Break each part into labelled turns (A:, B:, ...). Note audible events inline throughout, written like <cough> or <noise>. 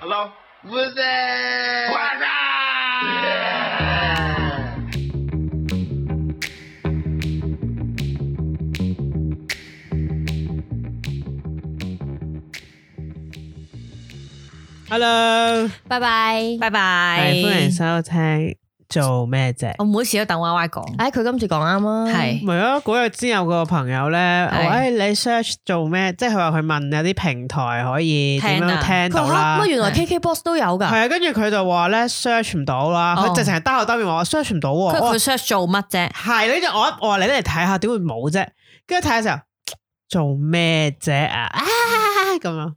A: hello?
B: What's that?
A: What's
B: Yeah.
C: Hello，系
D: 拜拜。
E: 拜拜，
C: 欢迎收听做咩啫？
E: 我每次都等 Y Y 講，
D: 唉，哎佢今次講啱啊，
C: 哦唔
E: 係
C: 係啊，嗰日先有個朋友咧，我
E: 係
C: 诶你 search 做咩？即係佢話佢問有啲平台可以點
E: 聽啊
C: 樣聽
D: 佢
C: 到
D: 話
C: 啦
D: 乜。原來 KKBox 都有
C: 係
D: 㗎，
C: 啊，跟住佢就話咧 search 唔到啦，佢
E: 哦
C: 直情係兜口兜面話我 search 唔到喎。
E: 佢
C: 我話
E: 佢 search 做乜啫？
C: 係呢就我我話你嚟睇下，點會冇啫？跟住睇嘅時候做咩啫啊？啊咁樣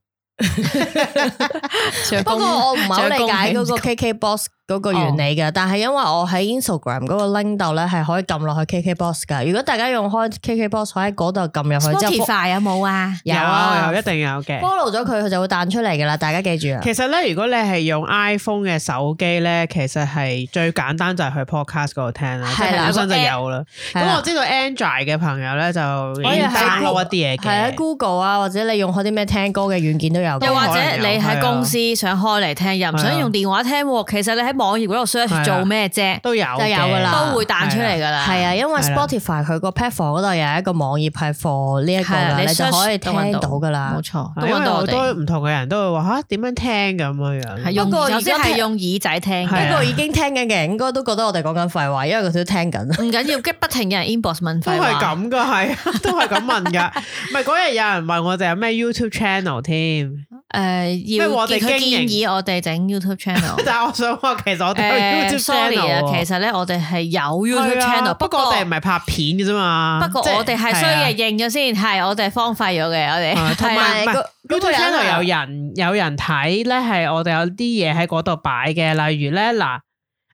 D: 不過我唔係好理解嗰個
E: 社工
D: KKBox 嗰個原理嘅，但係因為我喺 Instagram 嗰個 link 度咧係可以撳落去 KKBox 㗎。如果大家用開 KKBox 可以喺嗰度撳入去之後
E: Spotify 有冇啊？
D: 有啊
C: 有一定有嘅。
D: follow 咗佢，佢就會彈出嚟㗎啦。大家記住啊，
C: 其實咧，如果你係用 iPhone 嘅手機咧，其實係最簡單就係去 podcast 嗰度聽啦，即
D: 係啦
C: 係本身就
D: 有個
C: 有啦。
D: 係
C: 咁
D: 啦
C: 我知道 Android 嘅朋友咧就
D: 可以
C: 已經
D: 喺
C: download 一啲嘢
D: 係啊
C: 嘅，
D: Google 啊，或者你用開啲咩聽歌嘅軟件都有嘅。
E: 又或者
C: 可能有
E: 你喺公司想開嚟聽，又唔
C: 係啊
E: 想用電話聽喎，其實你喺網頁嗰度
C: 係啊
E: search 做咩啫，
C: 都有嘅啊
D: 就有㗎啦
E: 都會彈出嚟噶啦。
D: 係啊，因為
C: 係啦
D: Spotify 佢個 platform 嗰度有一個網頁係 for 呢一個
E: 係啊，
D: 㗎，你就
E: search
D: 可以
E: 都搵
D: 聽到㗎啦
E: 冇。錯，
C: 係
E: 都
C: 因
E: 揾
C: 為
E: 到
C: 好
E: 我
C: 多
E: 哋。
C: 唔同嘅人都會話吓點樣聽咁樣
E: 係
C: 樣。
E: 用
D: 不過
E: 首先
D: 而家
E: 係
D: 聽
E: 用耳仔
C: 係
E: 聽嘅，
D: 一個已經聽緊嘅人，應該都覺得我哋講緊廢話，因為佢都聽緊。 <laughs>
E: 唔緊要，跟不停有人 inbox 問
C: 都
E: 廢
C: 係
E: 話。
C: 咁噶，係 <laughs> 都係咁問噶。唔係嗰日有人問我哋有咩 YouTube channel
E: <laughs>
C: 添，
E: 誒，
C: 咩
E: 要
C: 我
E: 建
C: 哋經
E: 佢
C: 營
E: 建議我哋整 YouTube channel。
C: 但係我想話其實我哋有
E: 誒
C: YouTube
E: ，sorry 啊
C: channel，喎，
E: 其實咧我哋係有
C: 係
E: YouTube
C: 啊
E: channel，
C: 不過我哋唔係拍片嘅啫嘛。
E: 不過
C: 即係
E: 我哋係衰嘅，認咗先，係我哋荒廢咗嘅，我哋
C: 啊同
E: 係啊
C: 埋唔係
D: 嗰嗰
C: YouTube
D: 個人啊
C: channel 有人有人睇咧，係我哋有啲嘢喺嗰度擺嘅，例如咧嗱，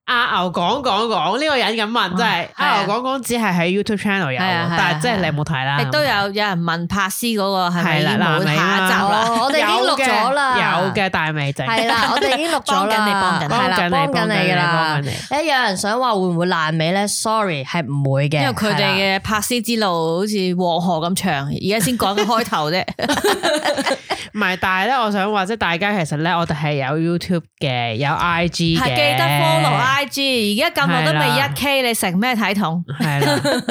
C: 阿牛講講講呢個人咁問，真係
E: 啊係啊
C: 阿牛講講只係喺 YouTube channel 有
E: 係啊
C: 喎，
E: 係啊
C: 但係即係你
E: 係啊
C: 冇睇啦。
E: 亦都有有人問柏斯嗰個係咪
C: 係啦嗱
E: 冇下
C: 咪
E: 一
C: 啦
E: 集啦？
D: 哦，我哋已經
C: 有
D: 錄
C: 嘅
D: 咗啦，
C: 有嘅，但係未整。<laughs>
D: 係啦，我哋已經錄咗啦，
E: 幫緊你幫緊你
D: 係啦
C: 幫緊你
D: 幫緊你㗎啦
C: 幫緊你。
D: 誒，有人想話會唔會爛尾咧？Sorry，係唔會嘅，
E: 因為佢
D: 係啦
E: 哋嘅柏斯之路好似黃河咁長，而家先講緊開
C: <laughs>
E: 頭啫。
C: 唔係，但係咧，我想話即係大家其實咧，我哋係有 YouTube 嘅，有 IG 嘅，
E: 係記得 follow IG，而家咁耐都
C: 係
E: 未
C: 啦
E: 一 K，你成咩體統？
C: 係啦，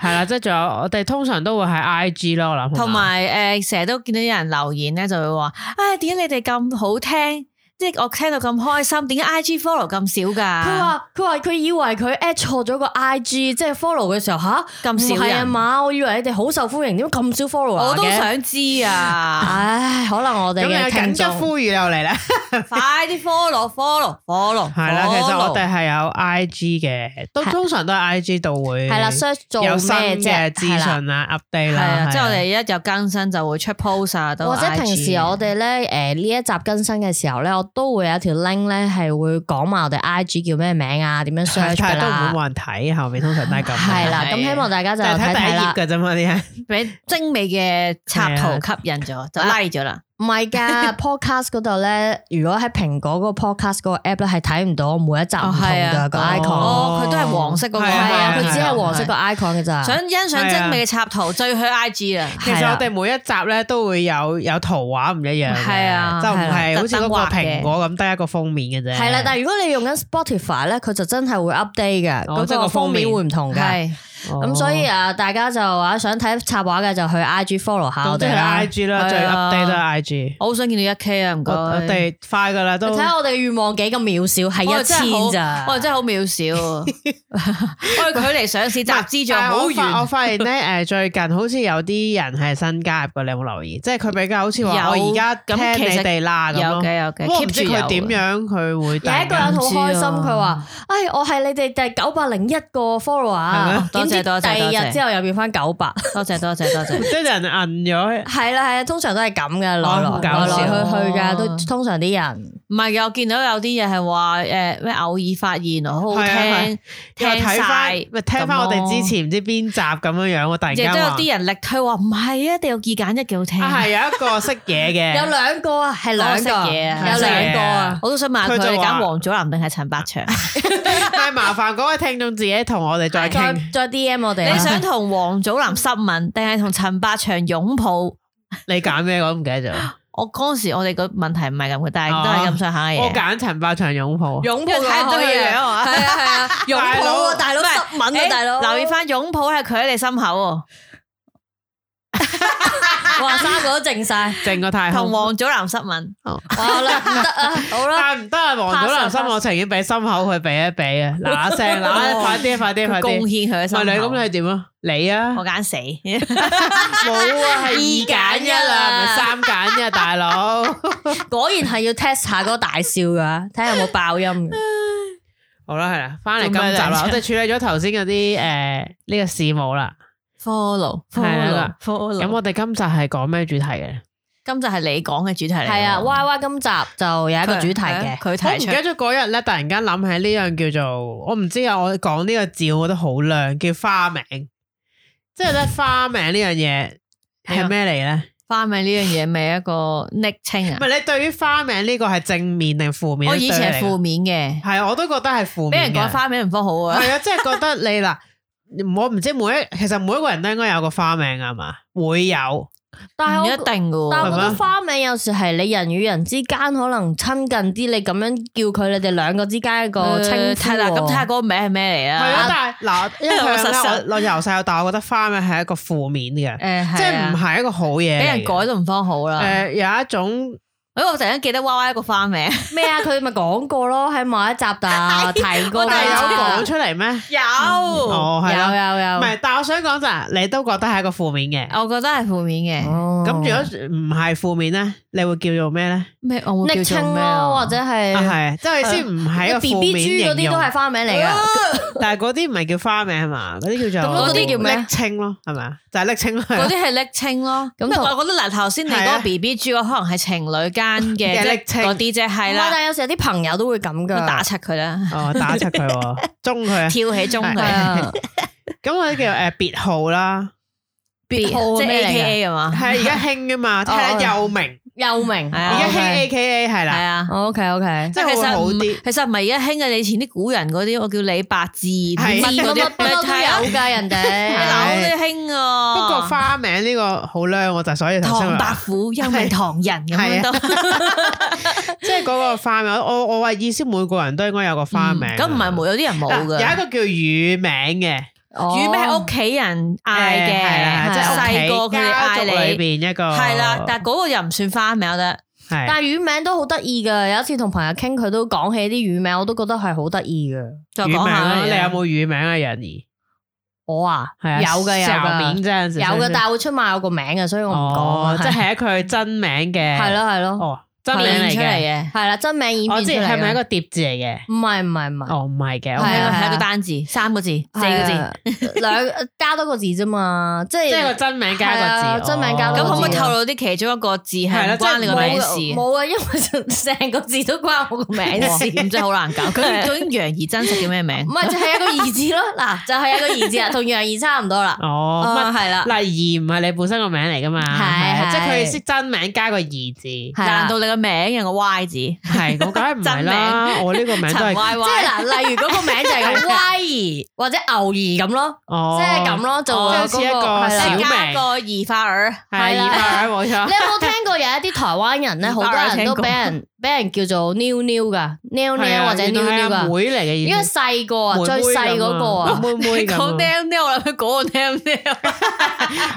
C: 係啦，即係仲有我哋通常都會喺 IG 咯，我諗
E: 同埋呃誒，成日都見到有人留言咧，就會話：，唉，點解你哋咁好聽？即係我聽到咁開心，點解 IG follow 咁少㗎？
D: 佢話佢話佢以為佢 at 錯咗個 IG，即係 follow 嘅時候吓
E: 咁少
D: 唔係啊
E: 人
D: 嘛，我以為你哋好受歡迎，點解咁少 follow
E: 我都
D: 嘅。
E: 想知啊！ <laughs>
D: 唉，可能我哋
C: 咁
D: 嘅
C: 有緊
D: 聽
C: 急
D: 眾
C: 呼籲又嚟啦。
E: 快啲 follow follow follow，
C: 系啦，其實我哋 <laughs> 係有 I G 嘅，都
D: 係
C: 通常都係 I G 度會
D: 係啦，search 做
C: 有新
D: 咩
C: 嘅
D: 啫？
C: 資
D: 係啦
C: 訊啦、update
E: 系
C: 啦，係
E: 啊，
C: 啊
E: 即係我哋一有更新就會出 post 啊，都
D: 或者平時我哋咧，誒呢一集更新嘅時候咧，我都會有一條 link 咧，係會講埋我哋 IG 叫咩名啊，點
C: 係
D: 樣 search
C: 但
D: 噶
C: 係都唔會
D: 啦
C: 冇，人睇，後面通常都係咁。啊
D: 係啦。咁
E: 係
D: 希望大家就
C: 就係睇
D: 睇
C: 第
D: 睇
C: 一
D: 啦
C: 頁。嘅啫嘛，啲人
E: 俾精美嘅插圖
C: 啊
E: 吸引咗，就拉咗啦。
D: 唔
C: <laughs>
D: 係㗎，podcast 嗰度咧，如果喺蘋果嗰個 podcast 嗰個 app 咧，係睇唔到每一
C: 哦
D: 集唔同㗎個 icon。
E: 哦，啊佢都係黃色嗰個，
C: 係
D: 係
C: 啊
D: 啊，佢只係黃色個
E: 係
D: icon 嘅咋。
E: 想欣賞精美嘅插圖，最去 I G 啊啦。
C: 其實我哋每一集咧都會有有圖畫唔一樣嘅，
E: 係啊
C: 就唔
E: 係
C: 係
E: 啊
C: 好似嗰
E: 特登
C: 個
E: 畫嘅
C: 蘋果咁得一個封面嘅啫。
D: 係啦，但係如果你用緊 Spotify 咧，佢就真係會 update 嘅，
C: 哦
D: 嗰
C: 即係個封
D: 個封面
C: 面
D: 會唔同㗎。
E: 係
D: 咁所以啊，大家就話想睇插畫嘅就去 IG follow 下
C: 我
D: 我
C: 哋
D: 哋
C: 係
D: 啦
C: I。G 啦，
E: 係啊
C: 最 update 都係 I G。
E: 我好想見到一 K 啊，唔該。
C: 我我哋快噶啦，
D: 你
C: 都
D: 睇下我哋嘅願望幾咁渺小，係
E: 我哋
D: 一
E: 真係好
D: 千咋。
E: 我哋真係好渺小，啊 <laughs> 我哋距離上市集資仲
C: 但係
E: 好
C: 哎我發我
E: 遠。
C: 發現
E: <laughs>
C: 咧，誒最近好似有啲人係新加入嘅，你有冇留意？即係佢比較好似話
E: 有
C: 我而家聽
E: 咁其
C: 你
E: 實
C: 哋啦咁
E: 有
C: 咯。
E: 嘅有嘅
C: 不過我唔
E: keep
C: 知
E: 住有啊
C: 佢
E: 嘅
C: 點樣，佢會突
D: 有一
C: 然
D: 個
C: 間
D: 人好開心，
E: 唔知啊
D: 佢話：，唉，我係你哋第九百零一個
C: 係
D: follower，啊
C: 咩
D: 點知
E: 多謝多謝
D: 第
E: 多
D: 二
E: 謝
D: 日之後又變翻九百，
E: 多謝多謝多謝。
C: 即係有人摁咗，
D: 係啦係啦，通常都係咁嘅，來來
C: 好搞
D: 來
C: 笑
D: 來去去㗎，
E: 哦
D: 都通常啲人
E: 唔係嘅，我見到有啲嘢係話誒咩偶爾發現，好好
C: 係啊係
E: 聽，
C: 又
E: 聽
C: 睇翻
E: 晒，
C: 咪聽翻我哋之前唔知邊集咁樣樣喎，突然
E: 亦都
C: 間
E: 有
C: 話
E: 啲人力推話唔係啊，一定要二揀一幾好聽。
C: 啊係有一個識嘢
E: <laughs>
D: 有
C: 嘅，
D: 兩個啊，係兩
E: 我識
D: 個，
E: 嘢啊
D: 有
E: 識
D: 兩
C: 嘢
D: 個
C: 啊
D: 啊。
E: 我都想問
C: 佢
E: 佢
C: 就
E: 哋
C: 話
E: 揀黃祖藍定係陳百
C: <laughs>
E: 祥？
C: 但係麻煩嗰位聽眾自己同我哋再
D: 再
C: 傾，
D: 再 D M 我哋啊，
E: 你想同黃祖藍濕吻，定係同陳百祥擁抱？
C: 你揀咩我都唔記得咗。
E: 我嗰時我哋個問題唔係咁嘅，但係都係咁上下嘅
C: 我
E: 嘢。
C: 揀陳百祥擁抱，
D: 擁抱
E: 因為睇唔到
D: 可以
E: 佢樣
D: 啊，<laughs>
E: 啊
D: 係啊係啊，擁抱啊，大佬
E: 唔係
D: 濕吻啊，
E: 誒
D: 大佬，
E: 留意翻擁抱係佢喺你心口喎，
D: 哇，三個都靜晒，
C: 正個太
E: 同
C: 空。
E: 王祖藍濕
C: <laughs>
E: 吻。
D: 哇，得唔得啊，好 <laughs> 啦，
C: 但唔得啊！黃祖藍心，我情願俾心口佢避一避啊！嗱嗱
E: <laughs>
C: 聲，嗱嗱快啲，快啲，快
E: 哦佢貢
C: 啲！
E: 獻佢嘅心
C: 咪你
E: 口。哦
C: 咁你點啊？你啊？
E: 我揀死，
C: 冇啊，係二揀一啊，唔係三 <laughs> 揀一，大佬。
D: 果然係要 test 下嗰個大笑 <laughs> 噶，睇下有冇爆音嘅。
C: 好啦，係啦，翻嚟今集啦，我哋處理咗頭先嗰啲誒呢個事務啦。
E: follow
C: 係
E: follow
C: 啦
E: follow。
C: 咁我哋今集係講咩主題嘅咧？
E: 今集係你講嘅主題嚟喎，
D: 係啊，Y 啊 Y 今集就有一個主題嘅，
E: 佢
C: 我唔
E: 提
C: 記
E: 出
C: 得咗嗰日咧，突然間諗起呢樣叫做，我唔知啊，我講呢個字我覺得好靚，叫花名。即係咧，花名呢樣嘢
E: 啊
C: 係咩嚟咧？
E: 花名呢樣嘢咪一個昵稱啊
C: 唔。係你對於花名呢個係正面定負面？
E: 我以前係負
C: 面，
E: 面嘅，
C: 係啊我都覺得係負面。
E: 俾人講，花名唔科好啊。
C: 係啊，即係覺得你嗱，我唔知每一其實每一個人都應該有個花名㗎嘛，會有。
D: 但係
E: 唔
D: 我
E: 一定噶
D: 但係
E: 喎，
D: 我覺
C: 係
D: 得
C: 咪
D: 花名有時係你人與人之間可能親近啲，你咁樣叫佢，你哋兩個之間一個稱
E: 誒
D: 呼
E: 睇啦，
D: 喎
E: 咁睇下嗰個名係咩嚟
C: 係啊，
E: 啊？
C: 但係嗱，因
E: <laughs>
C: 為
E: 因為我實實
C: 我我由細到大，我覺得花名係一個負面嘅，
E: 誒，
C: 即係唔
E: 係啊
C: 係一個好嘢嚟嘅。
E: 俾人改都唔科好啦。
C: 誒有一種
E: 哎，我突然間記得 Y Y 一個花名，
D: 咩啊？佢咪講過咯，喺某一集 <laughs> 啊提過
E: 我
C: 但
D: 㗎，
E: 但
C: 係
E: 係啊
C: 有講
E: 有
C: 出嚟咩？
E: 有，
C: 哦， <laughs> 係
D: 有
C: 啦，
D: 有
C: 唔
D: 有，
C: 係，但係我想講就係你都覺得係一個負面嘅。
E: 我覺得係負面嘅。
D: 咁
C: 咁如果唔係負面咧，你會叫做咩咧？
E: 咩？我會
D: 昵
E: 叫做
D: 稱
E: 咩
D: 咯，或
E: 啊
D: 者？係
C: 啊係，即係我意思唔係一個
D: B
C: 負
D: B
C: 面形
D: 豬嗰
C: 容
D: 啲都係花名嚟㗎，
C: 但係嗰啲唔係叫花名係嘛？嗰啲叫
D: 咁
C: 做
E: 嗰啲叫咩
C: 昵稱咯，係咪啊？就係昵稱咯，
E: 嗰
C: 係
E: 啲係昵稱咯。
D: 咁
E: 咁
D: 同
E: 我覺得嗱，頭先你
C: 係
E: 嗰
C: 啊
E: 個 B B 豬，可能係情侶間
C: 嘅
E: 嘅即係
C: 昵稱
E: 嗰啲啫，係
D: 唔係
E: 啦，
D: 但係有時有啲朋友都會咁㗎， <laughs>
E: 打柒佢啦，
C: <laughs> 哦，打柒
E: <laughs>
C: 佢喎，中佢啊！
E: 跳起中
D: 係
E: 佢， <laughs>
D: 啊，
C: 咁我啲叫誒別號啦，
E: 別
D: 號
E: 即係
D: 咩嚟㗎
E: A K A 啊嘛，
C: 係而家興噶嘛，聽又明，
D: 又明，
E: 係啊
C: 而家興
D: OK
C: A K A 係
E: 係
C: 啦，
E: 啊。
D: OK OK，
C: 即係會好啲。
E: 其實唔係而啊家興嘅，你以前啲古人嗰啲，我叫李白字，
D: <laughs>
E: 五
C: 係
E: 蚊嗰啲，
D: 不嬲都
E: 啊
D: 有㗎，人哋。
E: 好你興啊！
C: 不過花名呢個好靚，我就所以頭先
E: 唐
C: 話
E: 伯虎又
C: 啊
E: 名唐人咁樣都，
C: 即係嗰個花名，我我話意思每個人都應該有個花名。
E: <laughs> 咁唔係冇，有啲人
C: 嗱
E: 冇
C: 有一
E: 噶。
C: 個叫乳名嘅，
E: 乳
D: 乳
E: 名係
C: 哦
E: 屋企人
C: 誒
E: 嗌
C: 係啦
E: 嘅，啊
C: 即係
E: 細
C: 屋
E: 個
C: 企
E: 佢哋
C: 家族裏
E: 嗌你，
C: 邊一個
E: 係啦，但係嗰個又唔算花名，我覺得
C: 係
D: 但係乳名都好得意噶，有一次同朋友傾，佢都講起啲乳名，我都覺得係好得意噶。
E: 再
C: 乳名
E: 講下
C: 啦，
E: 啦。
C: 你有冇乳名啊？人兒
D: 我啊，
C: 係啊，
D: 有嘅有
C: 小
D: 嘅
C: 面真
D: 有嘅，但係會出賣我個名嘅，所以我唔講
C: 哦
D: 啊。，
C: 即係係一個佢真名嘅，
D: <laughs> 係咯係咯，
C: 哦，真名
E: 演
C: 嚟
E: 出嚟
C: 嘅，
E: 嘅，
D: 係啦，真名演
C: 我
D: 變
C: 知
D: 出嚟㗎。
C: 係咪一個疊字嚟嘅？
D: 唔係唔係唔係，
C: 哦，唔係嘅，
D: 係啊
E: 係
C: 我
E: 一
D: 係
E: 個
D: 啊
E: 係一個單字，三個字，四個字。
D: 字， <laughs> 兩加多個字啫嘛，即係
C: 即係個真名加一
D: 係啊
C: 個字，
D: 真名加
C: 哦
D: 多
E: 咁
D: 個字
E: 可唔可以
D: 啊
E: 透露啲其中一個字
C: 係
E: 係
C: 啦
E: 唔關
C: 即
E: 你
C: 係
E: 個名
D: 冇
E: 事？
D: 啊冇啊，因為 <laughs> 成個字都關我個名
C: 哦
E: 哇
D: 事。
E: 咁真係好難搞。佢究竟楊怡真實叫咩名
D: 唔？係就係一個兒字咯，嗱就係一個兒字啊，同楊兒差唔多啦。
C: 哦，
D: 啊係啦，
C: 乜例如唔係你本身個名嚟噶嘛，
D: 係
C: 係啊
D: 係
C: 即係佢識真名加個兒字，
D: 係啦
E: 難道你個名有個 Y 字？
C: 係我梗係唔
D: <laughs>
C: 係啦，我呢個名都
E: 陳
C: 係
D: 即
E: Y Y
D: 係。嗱，例如
C: <laughs>
D: 嗰個名就係咁威兒或者牛兒咁咯，
C: 哦，
D: 即係咁咯，就會有
C: 即係
D: 嗰個
C: 好似一個小
D: 係啦
C: 名
E: 加個兒化兒，
C: 係
D: 係
C: 二
D: 啦
C: 百位冇錯
D: <laughs> 你。
C: <laughs>
D: 有冇聽過有一啲台灣人咧，好多人都俾人俾人叫做 new new 噶，new
C: 係啊
D: new 或者 new
C: 原來係
D: new
C: 阿
D: 噶
C: 妹，嚟嘅意
D: 因為
C: 思，
D: 細個啊，
C: 妹妹
D: 最細嗰個
C: 咁
D: 啊，
C: <laughs> 妹
D: <laughs>
C: 妹咁
E: 講
C: 啊。
E: damn damn，我諗佢嗰個 damn damn，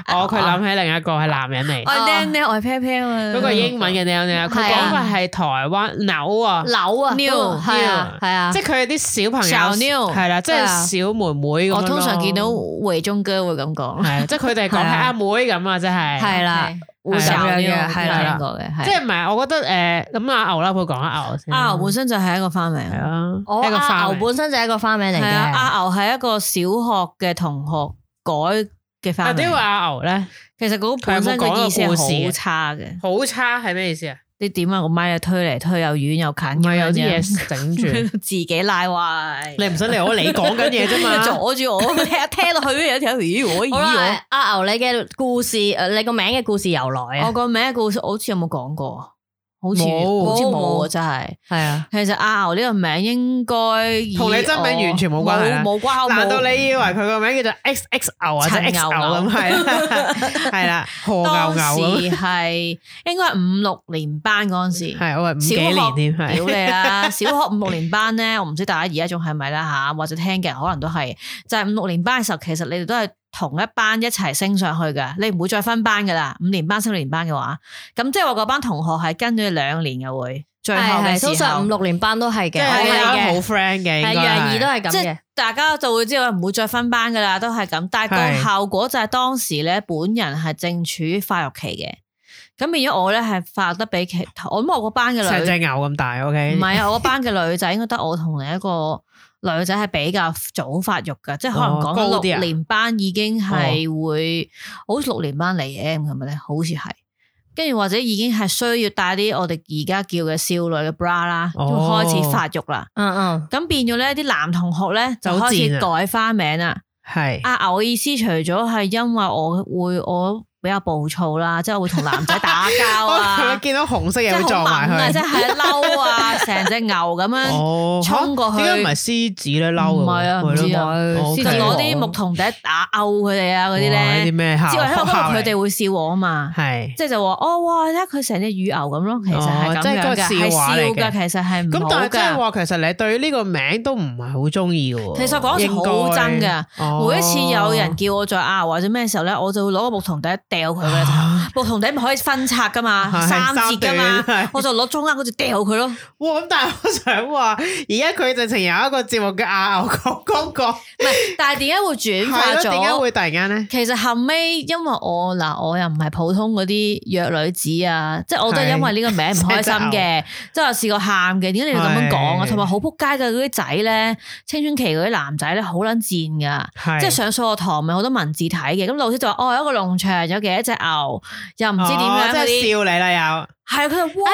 C: 哦，佢諗起另一個係男人嚟
E: 我，係 damn damn，我係 pair pair 啊。
C: 嗰個英文嘅 n e 佢
D: 係
C: 講
D: 啊
C: 法係台灣扭啊，
D: 扭啊
E: new，
D: 係啊
C: new
D: 係啊
C: 即，係佢啲小朋
E: 小
C: 友
E: 妞
C: 係啦，即係
D: 係啊
C: 小妹妹咁樣咯。
E: 我通常見到維中哥會咁講，
C: 係，即係佢哋講係
D: <laughs> 係啊
C: 阿妹咁啊，即係
D: 係啦，
E: 會
C: 係
E: 咁
C: 啦
E: 樣
D: 係啦
E: 嘅，係
C: 係啦
E: 啦，聽過嘅，
C: 即
E: 係。
C: 係唔係？我覺得誒咁阿牛啦，佢講阿牛先啦。
E: 阿啊牛本身就係一個花名，
C: 啊係啊，
E: 係
C: 一個
D: 我
C: 花
D: 阿牛
C: 名
D: 本身就係一個花名嚟
E: 啊，
D: 嘅，
E: 阿牛係一個小學嘅同學改嘅花
C: 啊，
E: 名
C: 點。解阿牛咧
E: 其實嗰個本身嘅意思
C: 佢有冇講過故事
E: 係
C: 嘅
E: 好差嘅。
C: 好差係咩意思啊？
E: 你點啊？個咪又推嚟推又遠又近，
C: 唔係有啲
E: 咁樣
C: 嘢整住。
D: <laughs>
E: 自己拉壞，
C: 你唔啊使理我，你講緊嘢啫
D: <laughs>
C: 嘛。
E: 阻
C: <laughs>
E: 住我，聽聽落去有條咦我咦
D: 好
E: 我
D: 啦，阿牛你嘅故事，誒你個名嘅故事由來啊
E: 我。個名嘅故事，我好似有冇講過？好似
C: 冇
E: 好似冇
D: 冇
E: 啊，真係。
D: 系啊，
E: 其實阿牛呢個名應該以
C: 同你真名完全冇關係啦
E: 我冇冇關我冇
C: 難道你以為佢個名叫做 X X 牛或者 X
E: 陳
C: 牛
E: 牛牛
C: 咁係 <laughs> 啦，係啦，何牛
E: 當
C: 牛
E: 時係應該係五六年班嗰陣時，
C: 咁，係我係五幾
E: 小學
C: 年添，
E: 屌
C: 係
E: 你啦！小學五六年班 <laughs> 咧，我唔知大家而家仲係咪啦吓，或者聽嘅人可能都係，就係五六年班嘅時候，其實你哋都係同一班一齊升上去嘅，你唔會再分班噶啦。五年班升六年班嘅話，咁即係我嗰班同學係跟咗你兩年嘅會，最後嘅
D: 系
E: 時
D: 通常
E: 候
D: 五。六年班都系
C: 即
D: 嘅，
C: 係你
D: 我
C: 啱好
D: 係嘅，
C: friend 嘅，
D: 系
C: 應該
D: 杨
C: 係
D: 怡都系咁
E: 即
D: 嘅
E: 係，大家就會知道唔會再分班噶啦，都係咁。但係
C: 係
E: 個效果就係當時咧，本人係正處於發育期嘅，咁變咗我咧係發育得比其他我諗我個班嘅
C: 成
E: 女
C: 隻牛咁大，OK，
E: 唔係啊，我班嘅女仔應該得我同另一個女仔係比較早發育嘅，即係可能
C: 哦
E: 講
C: 高
E: 緊
C: 啲啊
E: 六年班已經係會，好似六年班嚟 M 咁嘅咧，好似係。跟住或者已經係需要戴啲我哋而家叫嘅少女嘅 bra 啦，都
C: 哦
E: 開始發育啦。
D: 嗯嗯，
E: 咁變咗咧，啲男同學咧就
C: 走
E: 開
C: 賤
E: 始
C: 啊
E: 改花
C: <laughs>
E: 名啦。
C: 係
E: 阿牛嘅意思，除咗係因為我會我比較暴躁啦，即係會同男仔打
C: <laughs>
E: 交
C: 我係咪
E: 啊，
C: 見到紅色
E: 即
C: 嘢
E: 係
C: 會撞
E: 好
C: 埋
E: 猛啊，
C: 佢
E: 即？係嬲啊，成隻牛咁樣，
C: 哦，
E: 衝過去
C: 點解唔係獅子咧？哦嬲嘅
E: 唔
C: 喎
E: 係啊，唔
C: 係咯
E: 知啊，
C: 哦
E: 就
C: ，OK
E: 攞啲木桶笛打毆佢哋啊，嗰啲
C: 哇呢
E: 咧
C: 啲，咩校
E: 之後因為
C: 學校
E: 佢
C: 嚟
E: 哋會笑我啊嘛。
C: 係
E: 即係就話哦，哇！睇下佢成隻乳牛咁咯，其實係
C: 哦
E: 咁
C: 即係嗰
E: 樣
C: 個
E: 嘅，係
C: 笑話嚟
E: 笑
C: 嘅
E: 㗎，其實係唔
C: 咁，
E: 好
C: 但係即係
E: 㗎。
C: 話其實你對呢個名都唔係好中意嘅喎。
E: 其實嗰陣時好憎㗎
C: 㗎
E: 每一次有人叫我再拗或者咩時候咧，我就會攞個木桶笛掉佢嘅。木桶笛咪可以分拆噶嘛，
C: 啊 <laughs> 係
E: 啊三節噶
C: 三段係
E: 嘛，我就攞中間嗰隻掉佢咯。唔
C: 哇！咁但係我想話，而家佢直情有一個節目叫阿牛講講講，
E: 係，但係點解會轉化
C: 係咯？點解
E: 咗？
C: 會突然間咧？
E: 其實後尾因為我嗱，我又唔係普通嗰啲弱女子啊，即係我都係因為呢個名唔開心
C: <laughs>
E: 嘅，即係我試過喊嘅。點解你要咁樣講啊？
C: 係
E: 同埋好撲街嘅嗰啲仔咧，青春期嗰啲男仔咧，好撚賤㗎。
C: 係
E: 即係上數學堂咪好多文字睇嘅，咁老師就話：哦，有一個農場有幾多隻牛，又唔知點樣
C: 哦
E: 嗰
C: 即係笑
E: 啲。
C: 你啦
E: 係佢就
C: 又。
E: 哇，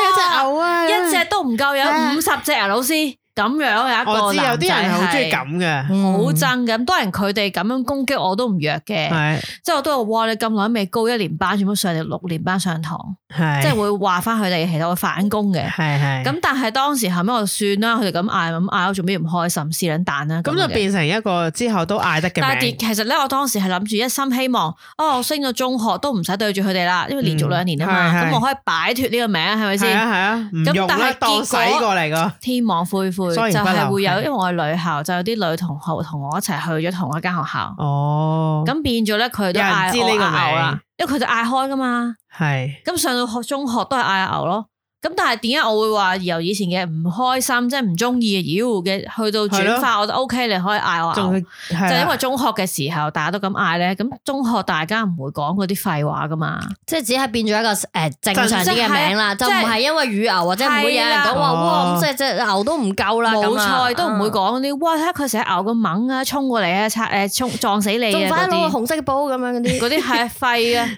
C: 啊
E: 一隻都唔夠，有
C: 啊
E: 五十隻啊！老師咁樣有一個
C: 我知有
E: 男仔
C: 啲人係好中意
E: 係
C: 咁嘅，
E: 好
D: 嗯，
E: 憎嘅。咁當然佢哋咁樣攻擊我都唔弱嘅，
C: 係
E: 即係我都話：哇！你咁耐都未高一年班，做乜上嚟六年班上堂？
C: 係
E: 即係會話翻佢哋，其實我反攻嘅。
C: 係係
E: 咁但係當時後尾我就算啦，佢哋咁嗌咁嗌，我做咩唔開心？試撚蛋啦
C: 咁
E: 樣
C: 就
E: 嘅
C: 變成一個之後都嗌得嘅
E: 但係
C: 名，
E: 其實咧，我當時係諗住一心希望，哦，我升咗中學都唔使對住佢哋啦，因為連續兩年啊嘛，
C: 嗯係係
E: 咁我可以擺脱呢個名，係咪
C: 係啊
E: 先？
C: 係啊，唔
E: 咁
C: 用
E: 但
C: 啦，
E: 係
C: 當
E: 結
C: 洗
E: 果
C: 過嚟個，
E: 天網恢恢，就
C: 所以不
E: 係
C: 漏
E: 會有，
C: 係
E: 因為我係女校，就有啲女同學同我一齊去咗同一間學校，
C: 哦，
E: 咁變咗咧佢都
C: 有人
E: 嗌
C: 知呢個
E: 我
C: 名
E: 阿牛啦，因為佢就嗌開噶嘛，
C: 係
E: 咁上到學中學都係嗌阿牛咯。咁但係點解我會話由以前嘅唔開心，即係唔中意嘅，妖嘅，去到轉化我都 OK，你可以嗌我啊阿牛
C: 仲啊
E: 就
D: 啊
C: 就 <laughs>
E: 因為中學嘅時候大家都咁嗌咧，咁中學大家唔會講嗰啲廢話噶嘛，
D: 即係只係變咗一個诶正常啲嘅名啦，就
E: 即
D: 唔
E: 係哦
D: 係因為乳牛或者唔會有人講話
C: 係啦
D: 哇咁即係只牛都唔夠啦，
E: 冇
D: 咁啊
E: 錯，亦都唔會。講嗰啲哇，睇下佢成日牛咁猛啊，衝過嚟啊，擦
D: <laughs>
E: 誒衝撞死你
D: 仲
E: 啊
D: 快
E: 嗰
D: 攞個
E: 啲，
D: 紅色嘅煲咁樣嗰啲，
E: 嗰
D: <laughs>
E: 啲係廢啊，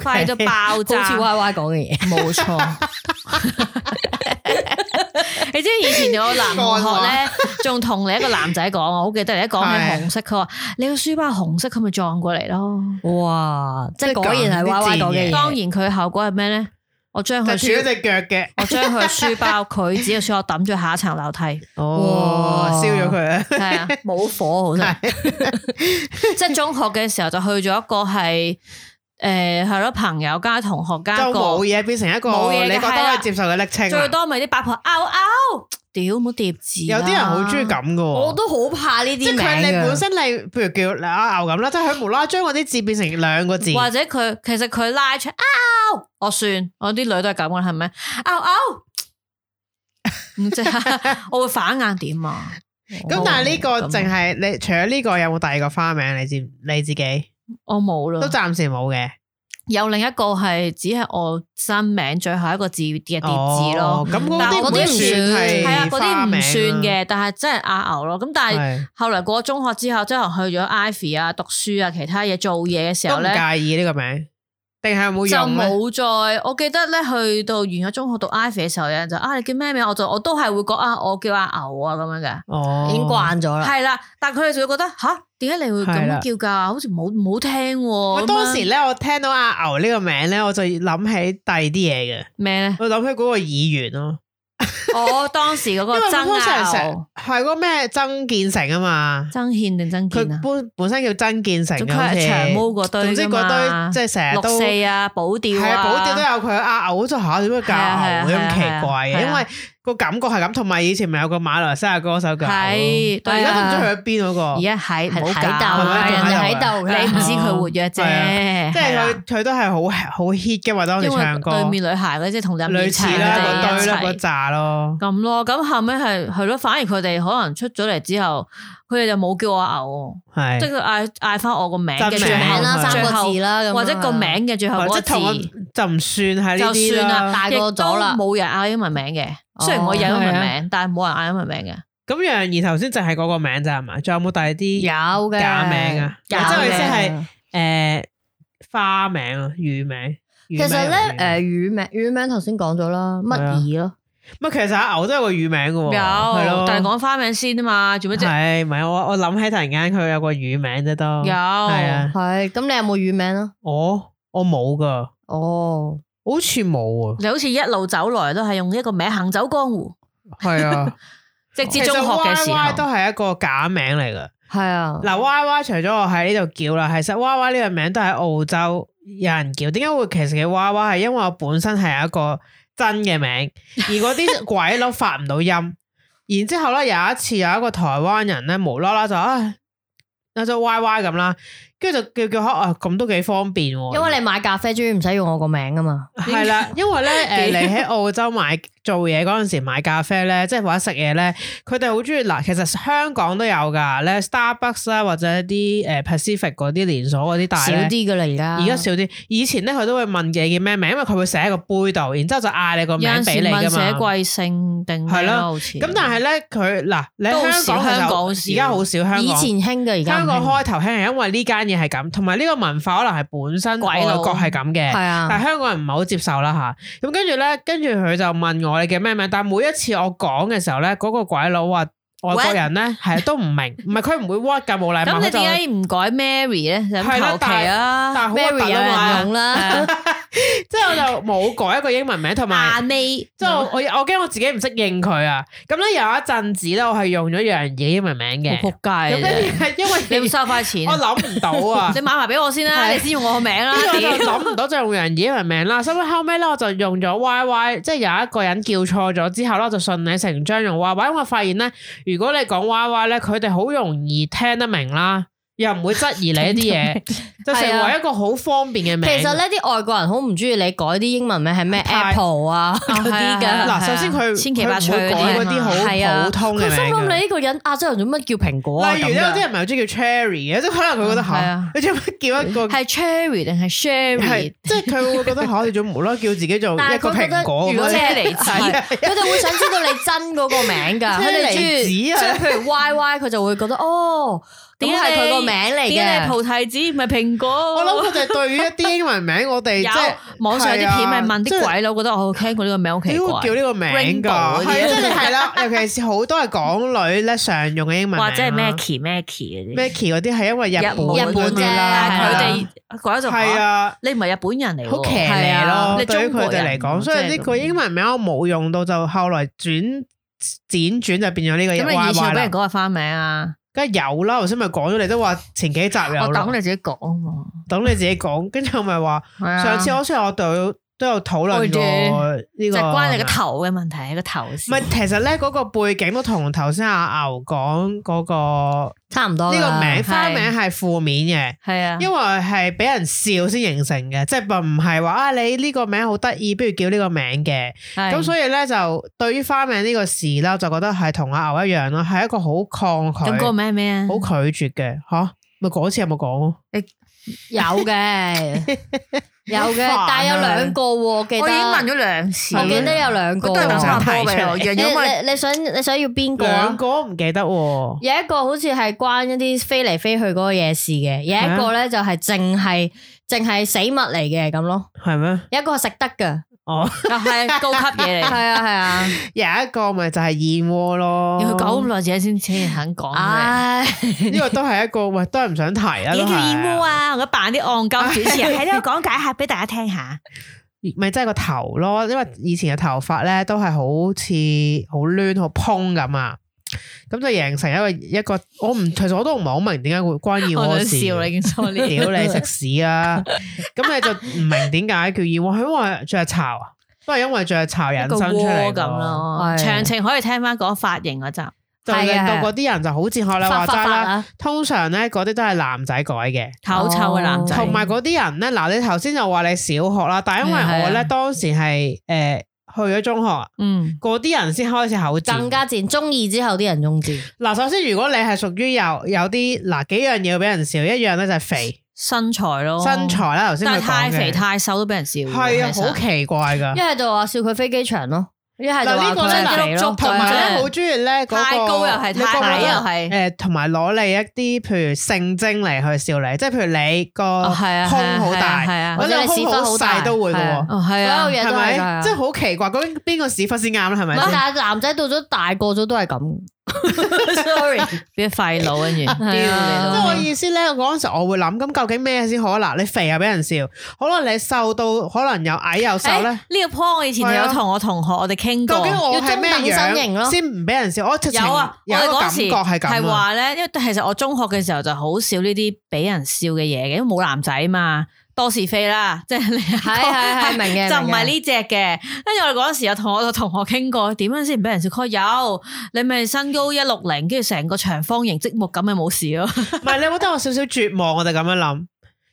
E: 廢到爆炸，
D: 好似 Y Y 講嘅嘢。
E: 冇錯。你知唔知以前有個男
D: <laughs>
E: 同學咧，仲同你一個男仔講，我好記得你一講
C: 係
E: 起紅色，佢話你個書包係紅色，佢咪撞過嚟咯。
D: <laughs> 哇！即係果然係 Y Y 講嘅嘢。
E: 當然佢後果係咩咧？我將佢
C: 就斷咗
E: 書
C: 隻腳嘅，
E: 我將佢書包，佢只嘅書我抌咗下一層樓梯，
C: 哦，
D: 哇
C: 燒咗佢啊，
E: 係啊，冇火好真係。
C: 係
E: 即係中學嘅時候就去咗一個係诶係咯朋友加同學加一
C: 就
E: 個
C: 冇，嘢變成一個
E: 冇嘢嘅
C: 你覺得
E: 係
C: 可以
E: 啦
C: 接受嘅昵啊稱
E: 最
C: 啦，
E: 多啊咪啲八婆拗拗，屌冇疊字。
C: 有啲人好中意，咁嘅喎，
D: 我都好怕呢
C: 即
D: 啲
C: 係
D: 名
C: 佢
E: 啊
C: 你
D: 㗎
C: 本身你，譬如叫阿牛咁啦，即係佢無啦啦將嗰啲字變成兩個字，
E: 啊或者佢其實佢拉出拗，我算我啲女都係咁嘅，係咪拗拗？唔知啊 <laughs> 我會反眼點啊！
C: 咁但係呢個
E: 咁啊
C: 淨係你除咗呢個有冇第二個花名？你知你自己
E: 我冇
C: 都
E: 啦。
C: 暫時冇嘅
E: 有另一個係只係我新名最後一個字嘅疊字咯
C: 哦。咁嗰
E: 但係
C: 啲
E: 嗰啲
C: 唔
E: 唔
C: 算係
E: 系啊，嗰
C: 花
E: 啲唔
C: 名啊
E: 算嘅，但係真係阿牛咯。咁但係
C: 係
E: 後來過咗中學之後，即係可能去咗 Ivy 啊、讀書啊、其他嘢做嘢嘅時
C: 都
E: 候
C: 唔
E: 咧，
C: 介意呢個名，定係冇
E: 就
C: 用咧？
E: 冇再，我記得咧去到完咗中學讀 Ivy 嘅時候，有人就啊你叫咩名？我就我都係會講啊，我叫阿牛啊咁樣嘅。
C: 哦，
D: 已經
E: 啊
D: 慣咗啦。
E: 係啦，但佢哋就會覺得吓，點解你會
C: 係啦
E: 咁叫㗎？好似冇冇聽
C: 我
E: 喎。
C: 當
E: 咁樣啊
C: 時咧，我聽到阿牛呢個名咧，我就諗起第二啲嘢嘅，
E: 咩咧？
C: 我諗起嗰個議員咯，
E: 我當時嗰
C: 因
E: 個
C: 為佢
E: 曾
C: 通常
E: 牛
C: 成、係嗰個咩曾建成啊嘛，
E: 曾憲定曾
C: 佢
E: 健啊？
C: 本本身叫曾建成
E: 咁
C: 嘅，
E: 佢
C: 好似
E: 係長毛嗰堆
C: 總之
E: 㗎
C: 嗰
E: 嘛
C: 堆即係成日
E: 六
C: 都
E: 四啊，保釣
C: 係
E: 啊，
C: 啊，保釣都有佢阿牛，就下點解
E: 係
C: 教
E: 啊
C: 牛
E: 係啊
C: 咁奇怪
E: 係啊
C: 嘅？因為個感覺係咁，同埋以前咪有個馬來西亞歌手教牛，
E: 係
C: 但
E: 對
C: 而家
E: 啊
C: 都唔知去咗邊嗰
E: 而
C: 個，
E: 家喺
D: 係
E: 唔好
D: 喺度
E: 搞
D: 啊，
E: 啦
D: 人
C: 係
D: 哋
C: 咪
D: 喺度㗎，
E: 你唔知佢活躍啫，
C: 係啊即係
E: 係
C: 佢
E: 啦
C: 佢都係好好 hit 嘅嘛，當時
E: 因
C: 唱
E: 為
C: 歌
E: 對面女孩嗰啲即係同入面
C: 類似啦，
D: 嗰
C: 個
E: 嗰
C: 堆啦，
E: 一
C: 嗰
E: 齊
C: 扎咯。
E: 咁咯。咁後尾係係咯，反而佢哋可能出咗嚟之後，佢哋就冇叫我牛，
C: 係，
E: 即係佢嗌嗌翻我個名嘅
C: 真
E: 最
C: 名
E: 後
D: 啦，
C: 係
D: 三
E: 最
D: 個
E: 後
D: 字啦，咁啊
E: 或者
D: 樣
E: 個名嘅最後
C: 或
E: 嗰
C: 者
E: 個
C: 同我
E: 字。
C: 就唔算係呢
E: 啊就
C: 啲
E: 算啦，
D: 大個咗啦
E: 亦都冇人嗌英文名嘅。雖然我有英文
C: 哦
E: 名，但係冇人嗌英文名嘅。
C: 咁楊怡頭先就係嗰個名咋係嘛？仲有冇第二
D: 有
C: 啲
D: 嘅
C: 假名啊
D: 假
E: 即係佢
D: 名啊
E: 即
C: 係誒花名啊、乳名？
D: 其
C: 其
D: 實
E: 啊
D: 咧，誒乳名乳名頭先講咗啦，乜兒咯，
C: 唔係，其實阿牛都有個乳名嘅喎，哦係咯
E: 有，但係講花名先啊嘛，做乜啫？
C: 係唔係？我我諗起突然間佢有個乳名啫都係
E: 有，
C: 啊，
D: 係咁你有冇乳名啊？
C: 我我冇噶，
D: 哦，
C: 好似冇啊，
E: 你好似一路走來都係用一個名行走江湖，
C: 係
E: <laughs>
C: 啊，
E: 直至中學嘅時
C: Y Y 都
E: 候。
C: 係一個假名嚟噶。
D: 係啊，
C: 嗱，Y Y 除咗我喺呢度叫啦，其實 Y Y 呢個名都喺澳洲有人叫。點解會其實叫 Y Y 係因為我本身係一個真嘅名，而嗰啲
D: <laughs>
C: 鬼佬發唔到音。然之後咧，有一次有一個台灣人咧，無啦啦就啊，有咗 Y Y 咁啦，跟住就叫叫下啊，咁都幾方便喎。
D: 因為你買咖啡終於唔使用我個名啊嘛，
C: 係啦，因為咧，誒，你喺澳洲買做嘢嗰陣時買咖啡咧，即係或者食嘢咧，佢哋好中意嗱，其實香港都有噶咧，Starbucks 啦，或者啲誒 Pacific 嗰啲連鎖嗰啲大
D: 少
C: 咧，
D: 啲噶啊啦而家，
C: 而家少啲。以前咧佢都會問嘢叫咩名，因為佢會寫喺個杯度，然之後就嗌你個
E: 有
C: 名
E: 陣
C: 俾
E: 時
C: 你
E: 問
C: 噶
E: 寫
C: 嘛。
E: 貴姓定咩
C: 係咯
E: 咯，好似
C: 咁但係咧，佢嗱，你
E: 都好
C: 香港
E: 少香港好
C: 其實
E: 少
C: 而家好少香港，
D: 以前興嘅而家
C: 香
D: 唔興，
C: 港開頭興係因為呢間嘢係咁，同埋呢個文化可能係本身
E: 鬼佬
C: 外國係咁嘅。
D: 係啊，
C: 但係香港人唔係好接受啦吓，咁跟住咧，跟住佢就問我你叫咩名，但係每一次我講嘅時候咧，嗰、個鬼佬話外國人咧係都唔
E: <laughs>
C: 明，唔係佢唔會 what 㗎冇禮貌，
E: 咁
C: 佢
E: 你
C: 就
E: 點解唔改 Mary 咧？就
C: 係啦
E: 咁求其
C: 但
E: 啊，
C: 係好核
D: Mary
C: 突啊
D: 有人
C: 嘛，
D: 用啦， <laughs>
C: 即係我就冇改一個英文名，同埋
E: 阿 May
C: 即係我
E: 嗯
C: 我我驚我自己唔識應佢啊，咁咧有一陣子咧我係用咗楊怡嘅英文名嘅，
E: 仆
C: 咁跟
E: 街啊
C: 住係
E: 你
C: 因
E: 唔
C: 為
E: 收快錢
C: 我，諗唔到啊
E: 你。買埋俾我先啦，
C: 係
E: 你先用我個名啦
C: 跟住。我就
E: 屌
C: 諗唔到就用人以為名啦，所以後尾咧我就用咗 Y Y，即係有一個人叫錯咗之後咧，我就順理成章用 Y Y，因為我發現咧，如果你講 Y Y 咧，佢哋好容易聽得明啦，又唔會質疑你一啲嘢，就成為一個好方便嘅名。
D: 啊
C: 啊
D: 其實咧啲外國人好唔中意你改啲英文名係咩
C: 太
D: Apple 啊
C: 哦
D: 嗰啲
E: 係啊係
D: 㗎。
E: 啊
C: 嗱，首先佢
E: 千奇百趣
C: 佢唔會改嗰啲好
D: 係啊
C: 普通嘅
D: 佢心
C: 名
D: 諗
C: 㗎。
D: 你呢個人亞洲人做乜叫蘋果啊？
C: 例如咧，有啲人咪中意叫 Cherry 嘅，即係可能佢覺得
E: 嗯係
C: 嚇
E: 啊，
C: 你做乜叫一個
E: 係 Cherry 定係 Sherry？
C: 係，即係佢會覺得嚇，你做乜無啦啦叫自己做
D: 但
C: 一
D: 係
C: 個
D: 佢覺得
C: 蘋果
D: 如果
C: 咁
D: 車
C: 樣。啊
D: 厘子，佢哋會想知道你真嗰個
C: <laughs>
D: 名㗎。佢哋中意
C: 車厘
D: 即
C: 子啊
D: 係譬如 Y Y，佢就會覺得哦，點係佢個名嚟
E: 點解
D: 嘅？
E: 葡提子唔係蘋果？
C: 我
E: 我
C: 諗佢哋對於一啲英文名，我哋即
E: 有
C: 係
E: 網上有啲片咪問
C: 係
E: 啲
C: 啊
E: 鬼佬，覺得我聽過呢個名好
C: 即係
E: 奇
C: 點
E: 怪
C: 會，叫呢個名
E: Rainbow
C: 㗎？
E: 嗰啲
C: 係啊即係係啦，尤其是好多係港女咧常用嘅英文名啦
E: 或者係 Mackie Mackie 嗰啲。
C: Mackie 嗰啲係因為
E: Dạ,
C: 日
D: 日本
C: 本
D: 啫
E: 但
C: 啦，
E: 係
D: 係
E: 佢
D: 啊
E: 哋嗰就
C: 係
E: 話
C: 啊。
E: 你唔係日本人嚟喎，
C: 好騎
D: 係
C: 呢
D: 啊
C: 咯，
E: 你
C: 對於
E: 中
C: 佢
E: 國
C: 哋嚟
E: 人
C: 講，所以呢
E: 即係咁
C: 個英文名我冇用到，就後來轉輾轉就變咗呢個
E: 咁你
C: Y
E: 以前有
C: Y
E: 俾人
C: 啦，
E: 講係花名啊？
C: 梗係有啦，頭先咪講咗，你都話前幾集有啦
E: 我等你自己講啊嘛。
C: 等你自己講，跟住我咪話
E: 係啊
C: 上次好似我哋都有討論過呢個，
E: 就係關你個頭嘅問題，個頭
C: 唔係
E: 先。，
C: 其實咧嗰個背景都同頭先阿牛講嗰個
D: 差唔多
C: 呢個
D: 啦
C: 名花
E: 係
C: 名係負面
E: 係啊
C: 嘅，，因為係俾人笑先形成嘅，即係並唔係話啊你呢個名好得意，不如叫呢個名嘅。咁
E: 以
C: 所以咧就對於花名呢個事啦，我就覺得係同阿牛一樣啦，係一個好抗拒、
E: 咁嗰個
C: 好
E: 名係咩啊？
C: 拒絕嘅吓。咪嗰次有冇講？
D: 有 <laughs> 嘅，有
C: 好煩
D: 嘅
C: 啊，
D: 但系有兩個喎，我記得。
E: 我已經問咗兩次，
D: 我記得有兩個
E: 佢都係
C: 唔想
E: 揾下
D: 喎。
E: 波俾我，
D: 你
E: 因為
D: 你你想你想要邊個啊
C: 兩？個唔記得喎，
D: 有一個好似係關一啲飛嚟飛去嗰個夜市嘅，有一個咧就係淨係淨係死物嚟嘅咁咯，
C: 係咩？
D: 有一個係食得嘅，
C: 哦， <laughs>
E: 係高級嘢
D: 係
E: 嚟。
D: 啊係啊，
C: 有一個咪就係燕窩咯，
E: 要佢講咁耐嘢先先肯
D: 哦
E: 講嘅。
D: 唉，
C: 呢個都係一個，喂，都係唔想提
E: <laughs>
C: 啦。都
E: 點叫
C: 係
E: 燕窩？啊？我而家扮啲戇鳩主持人喺呢度講解下俾大家聽下。
C: 咪真係個頭咯，因為以前嘅頭髮咧都係好似好攣好蓬咁啊，咁就形成一個一個，我唔其實我都唔係好明點解會關燕
E: 我
C: 窩
E: 想
C: 事。
E: 笑你已經 <laughs> sorry。
C: 屌你食屎啦！咁你就唔明點解叫燕窩，係因為雀巢啊，都係因為雀巢引
E: 一個
C: 申出嚟
E: 窩
C: 㗎
E: 咁。咯，
D: 係
E: 詳情可以聽翻嗰髮型嗰集，
C: 就令到嗰啲人就好似學你話齋
D: 發發
C: 啦，嗯
D: 啊，
C: 通常咧嗰啲都係男仔改嘅，
E: 口臭嘅男仔，
C: 同埋嗰啲人咧，嗱你頭先就話你小學啦，但係因為
D: 係啊係啊
C: 我咧當時係誒去咗中學，
E: 嗯，
C: 嗰啲人先開始口賤。
D: 更加賤，中意之後啲人中意，
C: 嗱，首先如果你係屬於有有啲嗱幾樣嘢要俾人笑，一樣咧就係肥
E: 身材咯，
C: 身材，啦，頭先
E: 哦但
C: 佢
E: 係太肥
C: 講嘅
E: 太瘦都俾人笑嘅，
C: 係啊，
E: 其實
C: 好奇怪㗎
D: 一。係就話笑佢飛機場咯，一係就
C: 嗱
D: 話
C: 呢個咧
D: 佢係
C: 嗱
D: 肥咯，
C: 同埋咧好
D: 即係
C: 中意咧嗰個
E: 太高又係
C: 你覺唔
E: 太矮
C: 覺得
E: 又係
C: 誒，同埋攞你一啲譬如性徵嚟去笑你，即係譬如你個
E: 係啊係啊
C: 胸好
E: 係啊係
C: 大，
E: 啊
C: 或者你個胸好細都會嘅喎，
E: 哦係啊
D: 所
E: <laughs>
D: 有嘢
C: 係
D: 都係㗎
C: 咪？即係好奇怪，究竟邊個屎忽先啱咧？係
D: 唔
C: 咪
D: 係
C: 先？
D: 但係男仔到咗大個咗都係咁，sorry，
E: 變咗廢佬跟住，
D: 啊
E: 屌
C: 即係我
E: 你
C: 意思咧，我嗰陣時我會諗，咁究竟咩先好啊？嗱，你肥又俾人笑，可能你瘦到可能又矮又瘦
E: 老
C: 咧
E: 呢。呢個 point 我以前
C: 係啊
E: 有同我同學我哋傾
C: 究竟
E: 過。
C: 我係咩
D: 要中等身形
C: 樣
D: 咯
C: 先唔俾人笑？我直情
E: 有啊，我
C: 有一
E: 哋
C: 個
E: 嗰
C: 感
E: 時
C: 覺係咁
E: 係
C: 啊，
E: 話咧，因為其實我中學嘅時候就好少呢啲俾人笑嘅嘢嘅，因為冇男仔嘛，多是非啦， <laughs> 即係你
D: 係係 <laughs> 係明嘅，
E: 就唔
D: 明嘅
E: 係呢只嘅。跟住我哋嗰陣時有同我個同學傾過，點樣先唔俾人笑？佢話有，你咪身高一六零，跟住成個長方形積木咁，咪冇事咯。
C: 唔係你有冇得我少少絕望？我就咁樣諗，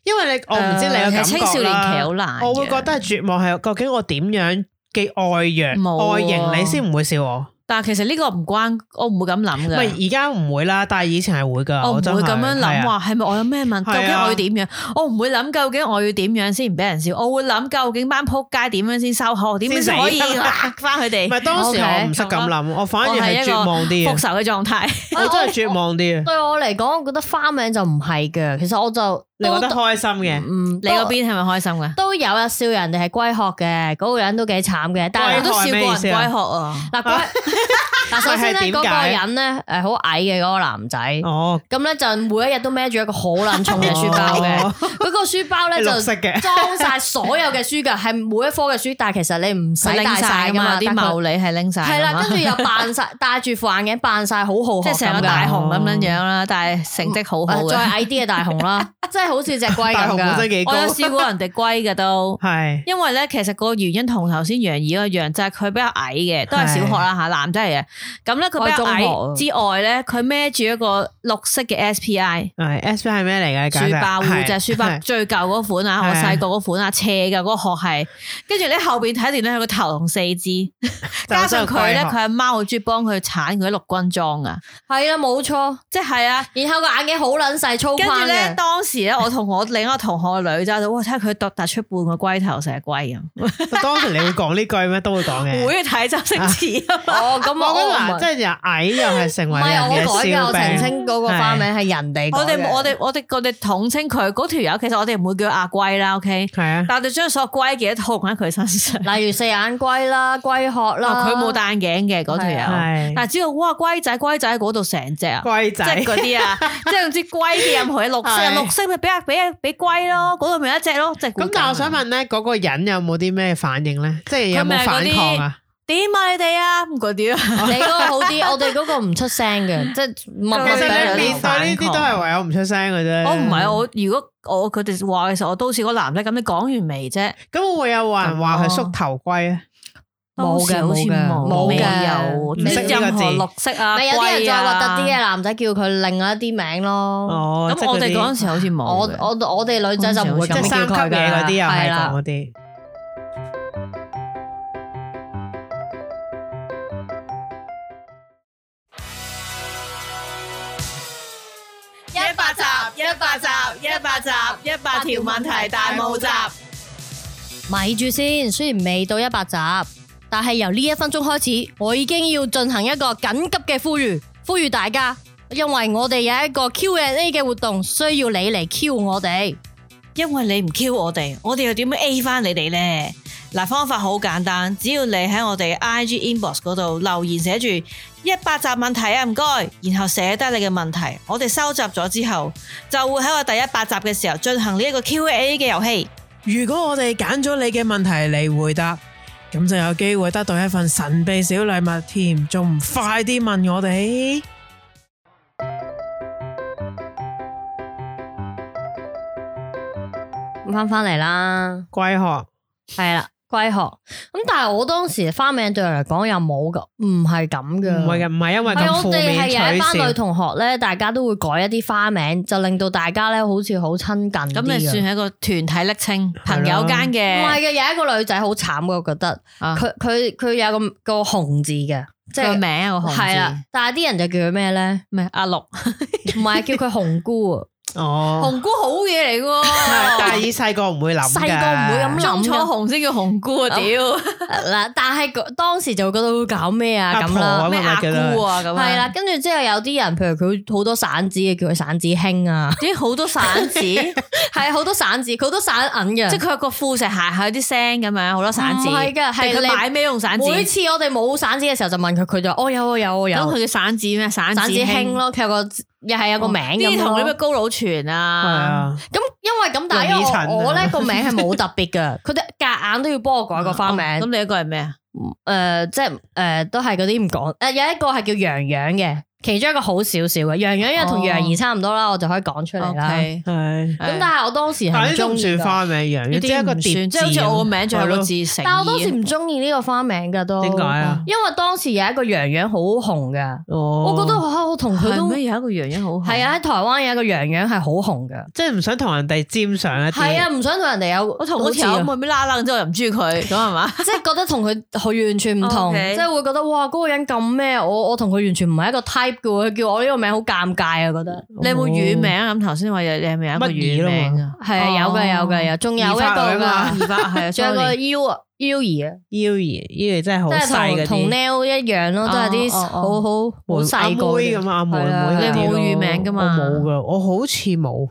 C: 因
E: <laughs>
C: 為你我唔知你嘅
E: 誒
C: 感
E: 青少
C: 覺
E: 年期
C: 啦
E: 好。難嘅，
C: 我會覺得係絕望係究竟我點樣嘅外
E: 冇
C: 揚
E: 啊
C: 外形你先唔會笑我，
E: 但係其實呢個唔關，我唔會咁諗
C: 唔
E: 嘅。
C: 係而家唔會啦，但係以前係會㗎。
E: 哦我唔
C: 真
E: 會
C: 係
E: 咁樣
C: 係啊
E: 諗話係咪我有咩問？
C: 係
E: 究
C: 啊
E: 竟我要點樣？我唔會諗究竟我要點樣先唔俾人笑。我會諗究竟班仆街點樣先收口，點樣
C: <laughs>
E: 先可以
C: 先死
E: 呃翻佢哋
C: 唔係當時
D: OK，
C: 我唔識咁諗，我反而
E: 我係
C: 係
E: 一個
C: 絕望啲
E: 復
C: 嘅，
E: 仇嘅狀態。
C: 我真係絕望啲嘅。
D: 對我嚟講，我覺得花名就唔係嘅。其實我就
C: 你覺得
D: 都
C: 開心嘅，
D: 嗯，
E: 你嗰邊係咪開心嘅？
D: 都有啊，笑人哋係龜殼嘅，嗰、個人都幾慘嘅。但
E: 我
D: 係
E: 都
C: 龜殼係
E: 笑過
C: 咩意
E: 人
C: 思
E: 龜
C: 啊
E: 殼啊！
D: 嗱龜，
C: <laughs>
D: 嗱首先
C: 係
D: 咧
C: 點
D: 嗰
C: 解
D: 個人咧誒好矮嘅嗰、個男仔，
C: 哦，
D: 咁咧就每一日都孭住一個好撚重嘅書包嘅，
C: 哦
D: 嗰、個書包咧
C: 係
D: 就
C: 綠色嘅
D: 裝晒所有嘅書㗎，係每一科嘅書，但係其實你唔使
E: 佢拎
D: 帶晒㗎
E: 晒㗎嘛，
D: 但
E: 啲
D: 佢
E: 茂利係拎晒㗎嘛。啊
D: 係啦，跟住又扮
E: <laughs>
D: 晒戴住副眼鏡，扮晒好好
E: 即
D: 學
E: 係成
D: 咁
E: 個
D: 㗎
E: 大雄咁樣樣啦，但係成績好好啊
D: 哦再
E: 嘅。
D: 矮啲嘅大雄
E: <laughs>
D: 啦，即係好似只龜
C: 大
D: 咁
C: 雄本身
D: 噶。
C: 幾高，
E: 我，有試過人哋龜嘅都
C: 係
E: 因為咧其實個原因同頭先楊怡嗰一樣，就係佢比較矮嘅，都係小學啦嚇，男仔嚟嘅。咁咧佢比
D: 我係
E: 較
D: 中啊學
E: 矮之外咧，佢孭住一個綠色嘅 SPI。
C: 係 S P 係咩嚟嘅？
E: 書包護隻書包
C: 係
E: 最舊嗰款啊，我
C: 係
E: 細個嗰款啊，斜嘅嗰個殼係，跟住你後邊睇見咧，佢個頭同四
D: <laughs>
E: 肢，加上佢咧，佢阿媽好中意幫佢鏟佢啲陸軍裝啊，
D: 係啊，冇錯。
E: 即係啊。
D: 然後個眼鏡好撚細粗
E: 跟住
D: 框
E: 咧，
D: 嘅，
E: 當時咧，我同我另一個同學嘅女仔就哇，睇下佢突突出半個龜頭成日龜咁，
C: 但當時你會講呢句咩？都會講嘅。
E: 會睇周星馳啊嘛。
D: 哦咁
C: 我覺得嗱，
D: 我
C: 即係又矮又係成
D: 唔
C: 為
D: 係我
C: 人
D: 改
C: 嘅
D: 嘅，
C: 笑
D: 我澄
C: 柄。
D: 清嗰個花名係人哋改嘅。
E: 我哋我哋我哋我哋統稱佢嗰條友，其實我哋唔會叫佢阿龜啦，OK，
C: 係啊，
E: 但我哋將所有龜嘅都套喺佢
D: <laughs>
E: 身上。
D: 例如四眼龜啦、龜殼啦，
E: 嗱，哦佢冇戴眼鏡嘅嗰條
D: 係
E: 友，
C: 係
E: 但係知道哇，龜仔龜仔喺嗰度成隻啊！
C: 龜
E: 即係
C: 仔
E: 嗰啲啊，即係唔知龜嘅任何嘅綠色，
C: 係
E: 綠色咪俾啊俾啊俾龜咯，嗰度咪有一隻咯，即係啊
C: 咁。但係我想問咧，嗰個人有冇啲咩反應咧？即係有
E: 佢咪
C: 冇
E: 係嗰
C: 反
E: 啲
C: 抗啊？
E: 點啊你哋啊咁嗰啲
D: <laughs>
E: 啊，
D: 你嗰個好啲，我哋嗰個唔出聲嘅，即係默
C: 其
D: 默
E: 佢
C: 實
E: 哋
C: 咧，
E: 有
C: 面
E: 啲
C: 對
E: 反
C: 呢啲都係唯有唔出聲嘅啫。
E: 我哦唔係啊我，如果我佢哋話嘅時候，我都似個男仔咁，你講完未啫？
C: 咁會唔會有人話佢縮頭龜啊？
D: 冇嘅
E: 當時好似
D: 冇嘅
E: 未
D: 冇嘅
E: 有你
C: 唔識呢個
E: 任何
C: 字
E: 綠色啊，
D: 咪有啲人
E: 龜
D: 再核
E: 啊
D: 突啲嘅。男仔叫佢另外一啲名咯。
C: 哦，
E: 咁我哋嗰陣
C: 講
E: 時好似冇
D: 我
E: 嘅。
D: 我我哋女仔就唔會
C: 即
D: 咁
C: 係
D: 叫
C: 三級
D: 佢
C: 嘢嗰啲又係
D: 係啦
C: 講。嗰啲。
E: 一百集一百集，一百集，一百條問題大募集。
D: 咪住先，雖然未到一百集，但係由呢一分鐘開始，我已經要進行一個緊急嘅呼籲，呼籲大家，因為我哋有一個 Q&A 嘅活動，需要你嚟 Q 我哋。
E: 因為你唔 Q 我哋，我哋又點樣 A 翻你哋呢？嗱，方法好簡單，只要你喺我哋 IG inbox 嗰度留言寫住一百集問題啊，唔該，然後寫低你嘅問題，我哋收集咗之後，就會喺我第一百集嘅時候進行呢一個 Q&A 嘅遊戲。
C: 如果我哋揀咗你嘅問題嚟回答，咁就有機會得到一份神秘小禮物添，仲唔快啲問我哋？
D: 翻翻嚟啦，
C: 貴學
D: 系啦，歸學。咁但係我當時花名對我嚟講又冇噶，唔係咁嘅。
C: 唔嗯係嘅，唔係因為
D: 係
C: 咁負
D: 我哋
C: 面
D: 係
C: 取
D: 有一班女
C: 笑。
D: 同學咧，大家都會改一啲花名，就令到大家咧好似好親近嗯啲啊
E: 咁你
D: 嘅
E: 算係一個團體昵稱，朋友間
D: 唔係嘅，
E: 嘅，
D: 有一個女仔好慘嘅，我覺得
E: 啊
D: 佢佢佢有個個紅字嘅，即
E: 佢個
D: 係
E: 名啊個
D: 係
E: 紅
D: 啦
E: 字，，
D: 但係啲人就叫佢咩咧？
E: 咩阿六
D: 唔係叫佢紅姑啊，
C: 哦，
D: <laughs> 紅姑好嘢嚟嘅
C: 唔係但係
D: 喎。
C: 以細個唔會諗㗎，
D: 細個唔會咁諗嘅
E: 中楚紅先叫紅姑啊，屌
D: <laughs> 嗱，但係嗰當時就會覺得會搞咩啊
C: 阿
D: 咁
C: 婆啊
D: 啦，
E: 咩阿姑啊咁啊，
D: 係啦，跟住之後有啲人，譬如佢好多散紙嘅，叫佢散紙兄啊，
E: 咦好多散紙。
D: <laughs> 係好多散紙，佢好多散銀
C: 嗯
D: 嘅，
E: 即係佢有個副石鞋係有啲聲咁樣，好多散紙。
D: 唔係㗎係
E: 定
D: 你
E: 佢買咩用散
D: 每
E: 紙？
D: 次我哋冇散紙嘅時候就問佢，佢就哦有啊有啊
E: 咁
D: 有
E: 佢，嘅散紙咩？散
D: 散
E: 紙
D: 紙兄，咯，佢有個又係有個名
E: 啲
D: 咁
E: 同你
D: 咯
E: 咩。高佬泉
C: 係
E: 啊？
C: 啊，
D: 咁因為咁，但係因
C: 容易襯啊
D: 為我我咧個名係冇特別 <laughs> 嘅，佢哋夾硬都要幫我改個花名。
E: 咁
D: 哦咁
E: 你一個係咩啊？
D: 誒，即係誒，都係嗰啲唔講。誒，有一個係叫洋洋嘅，其中一個好少少嘅。洋洋因為同楊怡差唔多啦，我就可以講出嚟啦。咁
E: OK，
C: 係。
D: 但係我當時
C: 但
D: 係
C: 係
D: 唔
C: 呢種
D: 中
C: 唔
D: 意
C: 算
D: 㗎，
C: 花名樣，
E: 呢
C: 即係一個
E: 啲唔
C: 疊
E: 算，即係好
C: 字啊
E: 似我個名仲有個
C: 咯
E: 字成。
D: 但係我當時唔中意呢個花名㗎都。嗯
C: 點解啊？
D: 因為當時有一個洋洋好紅㗎，
C: 我
D: 我覺得哇我同佢
E: 佢
D: 都
E: 都有一個洋洋好紅
D: 係啊，喺台灣有一個洋洋係好紅㗎。
C: 即係唔想同人哋沾上一啲。
D: 係啊，，唔想同人哋有
E: 我同嗰條友
D: 好似
E: 妹妹啦啦，之後又唔中意佢，咁係嘛？
C: <laughs>
D: 即係覺得同佢佢完全唔
C: 哦
D: 同，
E: OK
D: 即係會覺得哇嗰個人咁咩，我我同佢完全唔係一個 type 嘅喎，佢叫我呢個名好尷尬啊，覺得
E: 你有冇乳名啊？咁頭先話你你係咪有一個乳名啊？
D: 係啊，有嘅有嘅有，仲有一個
C: 哦二發女啊
D: 㗎，
E: 二百係啊，
D: 仲有個
E: 個
D: U 啊 U 兒啊，
C: 腰兒腰兒真係好
D: 即
C: 細
D: 係
C: 嗰
D: 同
C: 啲，
D: 同 nail 一樣咯，
E: 哦
D: 都係啲
E: 哦
D: 好
E: 哦
D: 好好
C: 阿
D: 細
C: 妹
D: 個嘅
C: 咁啊，阿妹
D: 係啊
C: 妹嗰啲
E: 你冇
C: 咯
E: 乳名㗎嘛
C: 我冇噶，我好似冇，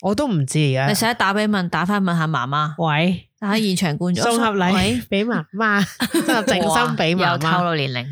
C: 我都唔知而家。
E: 你成日打俾問，打翻問下媽媽，
C: 喂，
E: 打喺現場觀眾。
C: 送合
E: 喂
C: 禮 <laughs> 俾媽媽，真係靜心俾
E: 哇
C: 媽
E: 又透
C: 媽，
E: 露年齡。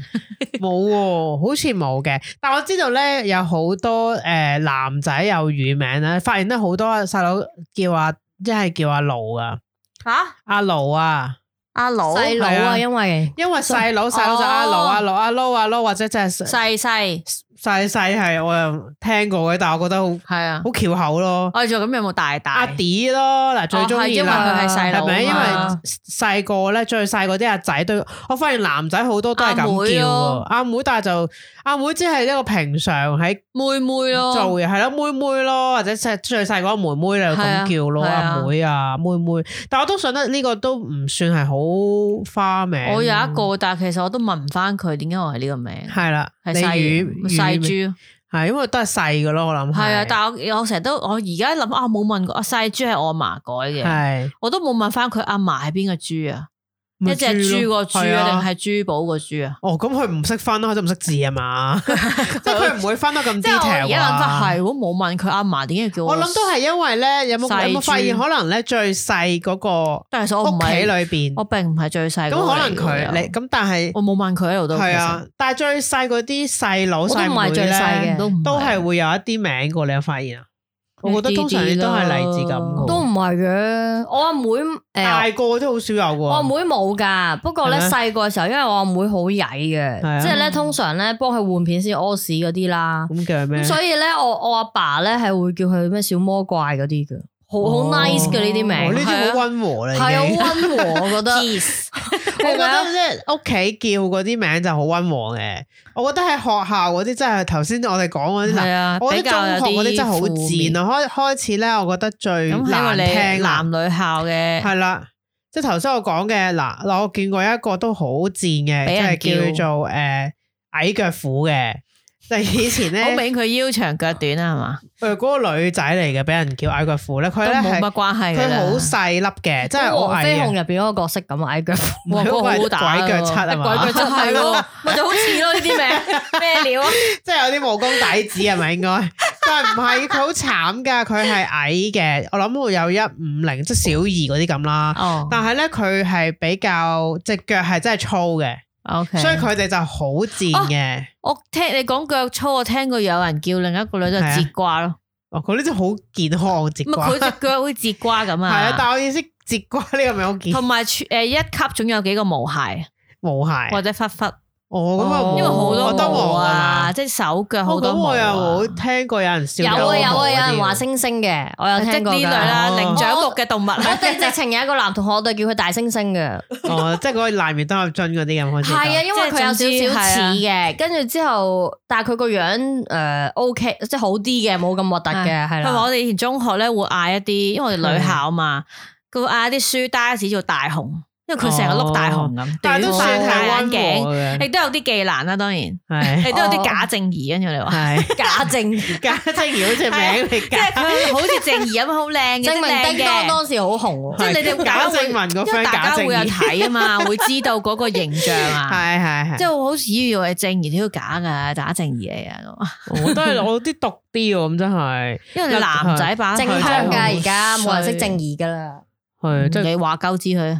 C: 冇喎，好似冇嘅。但我知道咧，有好多诶男仔有乳名啦，發現咧好多細佬叫阿，一係叫阿盧啊，
E: 吓，
C: 阿盧啊。
E: 阿佬
D: 細佬
C: 係
D: 啊，
C: 啊
D: 因為
C: 因為細佬細佬就阿盧
E: 哦
C: 阿盧阿撈阿撈，或者真係細
E: 細細
C: 細細係我又聽過嘅，但係我覺得好
E: 係啊，
C: 好翹口咯。
E: 我哋做咁有冇大大？
C: 阿 D 咯，嗱最中意
E: 因為
C: 啦，
E: 佢係細佬
C: 係
E: 啊嘛，
C: 咪？因為細個咧最細嗰啲阿仔都，我發現男仔好多都係咁叫
E: 阿
C: 喎
E: 妹咯
C: 阿妹，但係就阿妹只係一個平常喺
E: 妹妹咯，
C: 做嘢係咯，妹妹咯，或者即係最細嗰個妹妹就
E: 係啊
C: 咁叫咯，
E: 係啊
C: 阿妹啊妹妹。但我都想得呢個都唔算係好花名。
E: 我有一個，但係其實我都問唔翻佢點解我係呢個名，
C: 係啦，
E: 係
C: 你
E: 細
C: 乳
E: 細
C: 乳名
E: 豬，
C: 系，因為都係細嘅咯，我諗
E: 係啊！
C: 係
E: 但係我我成日都我而家諗啊，冇問過啊，細豬係我阿嫲改嘅，
C: 係
E: 我都冇問翻佢阿嫲係邊個豬啊？
C: 咪
E: 一隻豬
C: 咯
E: 個豬
C: 係
E: 啊，
C: 啊
E: 定係珠寶個豬啊？
C: 哦，咁佢唔識分咯，佢都唔識字啊嘛，即係佢唔會分得咁
E: 即係我
C: detail
E: 而家諗
C: 啊
E: 翻係，如果冇問佢阿嫲點解叫
C: 我諗都係因為咧，有冇
E: 細
C: 有冇發現
E: 豬
C: 可能咧最細嗰個
E: 但係其實我唔
C: 屋企
E: 係
C: 裏邊，
E: 我並唔係最
C: 咁
E: 細嗰個嚟嘅，
C: 可能佢你咁，但係
E: 我冇問佢喺度都
C: 係
E: 其實，
C: 啊，但係最細嗰啲細佬
D: 我都唔
C: 細
D: 係
C: 妹
D: 最細
C: 咧
D: 嘅，
E: 都唔
C: 都係會有一啲名噶，你有發現啊？我覺得通常
E: 啲啲
C: 都係嚟自咁
E: 咯
C: 㗎
D: 都唔係嘅，我阿妹誒
C: 大個都好少有喎。
D: 我阿妹冇噶，不過咧
C: 係咩
D: 細個嘅時候，因為我阿妹好曳
C: 係啊
D: 嘅，即係咧通常咧幫佢換片先屙屎嗰啲啦，
C: 咁叫咩
D: 咁？所以咧我我阿爸咧係會叫佢咩小魔怪嗰啲嘅，好好
C: 哦
D: nice 嘅呢
C: 哦
D: 啲
C: 呢
D: 名，
C: 啲好温和啦，已
D: 係啊
C: 經
D: 好温和，我覺得
C: <laughs> 我覺得
D: 係咪啊
C: 即係屋企叫嗰啲名就好温和嘅，我覺得喺學校嗰啲真係頭先我哋講嗰啲
E: 係
C: 嗱，
E: 啊，
C: 我覺
E: 比
C: 得
E: 較
C: 中
E: 有
C: 學嗰啲真係好
E: 啲負面
C: 賤啊！開開始咧，我覺得最
E: 咁係
C: 難
E: 因為
C: 聽
E: 你
C: 啦
E: 男，女校嘅，
C: 係啦，即係頭先我講嘅嗱，嗱我見過一個都好賤
E: 俾人
C: 嘅，即呃
E: 叫
C: 係叫做誒矮腳虎嘅，就以前咧，
E: <laughs> 好
C: 誒
E: 明佢腰長腳短啊，係嘛？
C: 嗰個女仔嚟嘅，俾人叫矮腳褲咧，佢
E: 都
C: 咧
E: 冇
C: 係
E: 乜關係㗎
C: 佢
E: 啦
C: 好細粒嘅，即係我
D: 黃
C: 矮
D: 飛
C: 嘅
D: 鴻入边嗰個角色咁啊矮腳，
C: 唔係
E: 哇嗰個
C: 嗰個係
E: 好打
C: 鬼腳七啊嘛
D: 鬼腳真係喎，咪就好似咯呢啲名咩料啊？
C: 即係有啲武功底子係咪應
E: <laughs>
C: 該？但係唔係佢好慘㗎，佢係矮嘅，我諗我有一五零，即係小二嗰啲咁啦。
E: 哦
C: 但係咧，佢係比較隻腳係真係粗嘅，
E: ，OK。
C: 所以佢哋就好賤嘅。
E: 我聽你講腳粗，我聽過有人叫另一個女仔
C: 係啊
E: 節瓜咯，
C: 哦，嗰啲真係好健康節
E: 咁
C: 瓜，
E: 啊
C: <laughs> 係
E: 佢只腳好似節瓜咁
C: 啊！
E: 啊。
C: <laughs> 但係我意思節瓜呢個咪好健
E: 同埋诶一級總有幾個毛鞋
C: 冇
E: 或
C: 鞋。
E: 者忽忽，
C: 我咁啊
E: 哦因
C: 冇，
E: 為好多
C: 我都
E: 毛
C: 冇
E: 啊，
C: 啊。
E: 即係手腳好
C: 我
E: 多
C: 咁
E: 毛
C: 我又
E: 啊。
C: 冇聽過有人笑
D: 有
C: 我
D: 啊
C: 嗰
D: 有啊，
C: 啲
D: 有人話
C: 喎
D: 星星嘅，我有
E: 即係
D: 聽
E: 呢
D: 過
E: 類
D: 㗎。
E: 啦，
C: 哦
E: 靈長目嘅動物
D: 我
E: 啦。
D: 哋直情有一個男同學，我哋叫佢大星星嘅，
C: 哦，即係嗰個爛面都入樽嗰啲咁，好似
D: 係啊，因為佢有
E: 即係
D: 少少似
E: 總之
D: 嘅，跟住之後，但係佢個樣诶 OK，即係好啲嘅，冇咁核突嘅，係
E: 同埋
D: 啦
E: 我。哋以前中學咧會嗌一啲，因為我哋女校嘛，佢會嗌一啲書呆子做大雄，因為佢成
C: 哦
E: 個碌大雄咁，
C: 但係都算
E: 短
C: 係
E: 髮戴眼
C: 溫
E: 鏡，
C: 和嘅，
E: 亦都有啲技能啦，當然，亦
C: 係
E: 都有啲假正義，跟住 <laughs> 你話。
C: 係。啊
D: 假正義
C: 家 <laughs> 青如好似名嚟
E: 啊即
C: 㗎，
E: 係佢好似正義咁好靚
D: <laughs> <laughs>
E: 嘅，
D: 證明
E: 即
D: 叮
E: 係靚
D: 當
E: 嘅
D: 當時好紅喎
E: 即。係你哋大家
C: 假
E: 會
C: 正文個
E: 因為
C: friend
E: 大
C: 假
E: 家
C: 正
E: 會有
C: 義，
E: 睇啊嘛，會知道嗰個形象啊，
C: 係係係，
E: 即
C: 即
E: 係
C: 係
E: 我好似以為正義呢個假㗎，假正義嚟啊，
C: 我
E: <laughs>
C: 都係我啲毒啲喎，咁真係，
E: 因為你男仔版
D: 正向噶，而家冇人識正
E: 義，
D: 義噶啦。
C: 係即係
E: 嗯你話鳩知佢。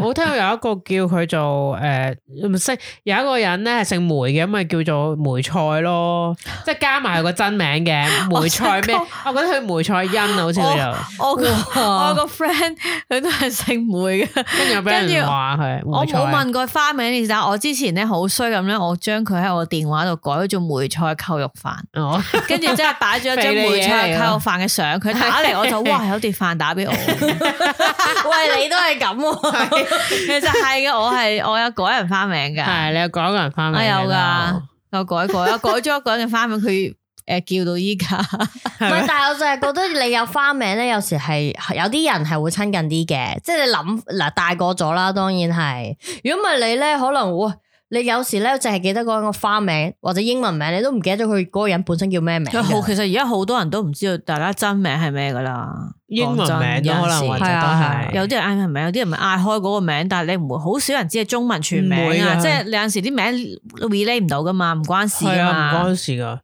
C: 我聽過有一個叫佢做誒唔識，有一個人咧係姓梅嘅，咁咪叫做梅菜咯，即係加埋佢個真名嘅
E: <laughs>
C: 梅菜咩？我覺得佢梅菜欣啊，好似佢就
E: <laughs> 我個我個 friend 佢都係姓梅嘅，
C: 跟住又俾
E: 跟
C: 人
E: 住
C: 話佢
E: 我
C: 梅菜
E: 冇問過花名呢件事，但啊係我之前咧好衰咁咧，我將佢喺我電話度改咗做梅菜扣肉 <laughs> 飯，
C: 哦，
E: 跟住即係擺咗一張梅菜扣肉飯嘅相，佢打嚟我就 <laughs> 哇有碟飯打俾我，
D: <laughs> 喂，你都 <laughs> 係啊咁喎，
E: 其實係嘅，我係我有改人花名㗎，
C: 係你有講個人翻
E: 我
C: 名
E: 有
C: 㗎
E: 㗎，有改過，有改咗一個人嘅花名，佢誒叫到依家，
D: 唔係，但係我就係覺得你有花名咧，有時係有啲人係會親近啲嘅，即係你諗嗱大個咗啦，當然係。如果唔係你咧，可能喂你有時咧淨係記得嗰個花名或者英文名，你都唔記得咗佢嗰個人本身叫咩名㗎。 <laughs>
E: 佢好其實而家好多人都唔知道大家真名係咩㗎啦。
C: 英文名都可能或者都
D: 係啊係啊
C: 係
E: 有啲人嗌佢名，有啲人咪嗌開嗰個名，但係你唔會好少人知係中文全名
C: 唔會
E: 啊！
C: 㗎
E: 即係你有陣時啲名 relay 唔到噶嘛，唔關事
C: 係
E: 噶
C: 啊，唔
E: 嘛。
C: 關事噶。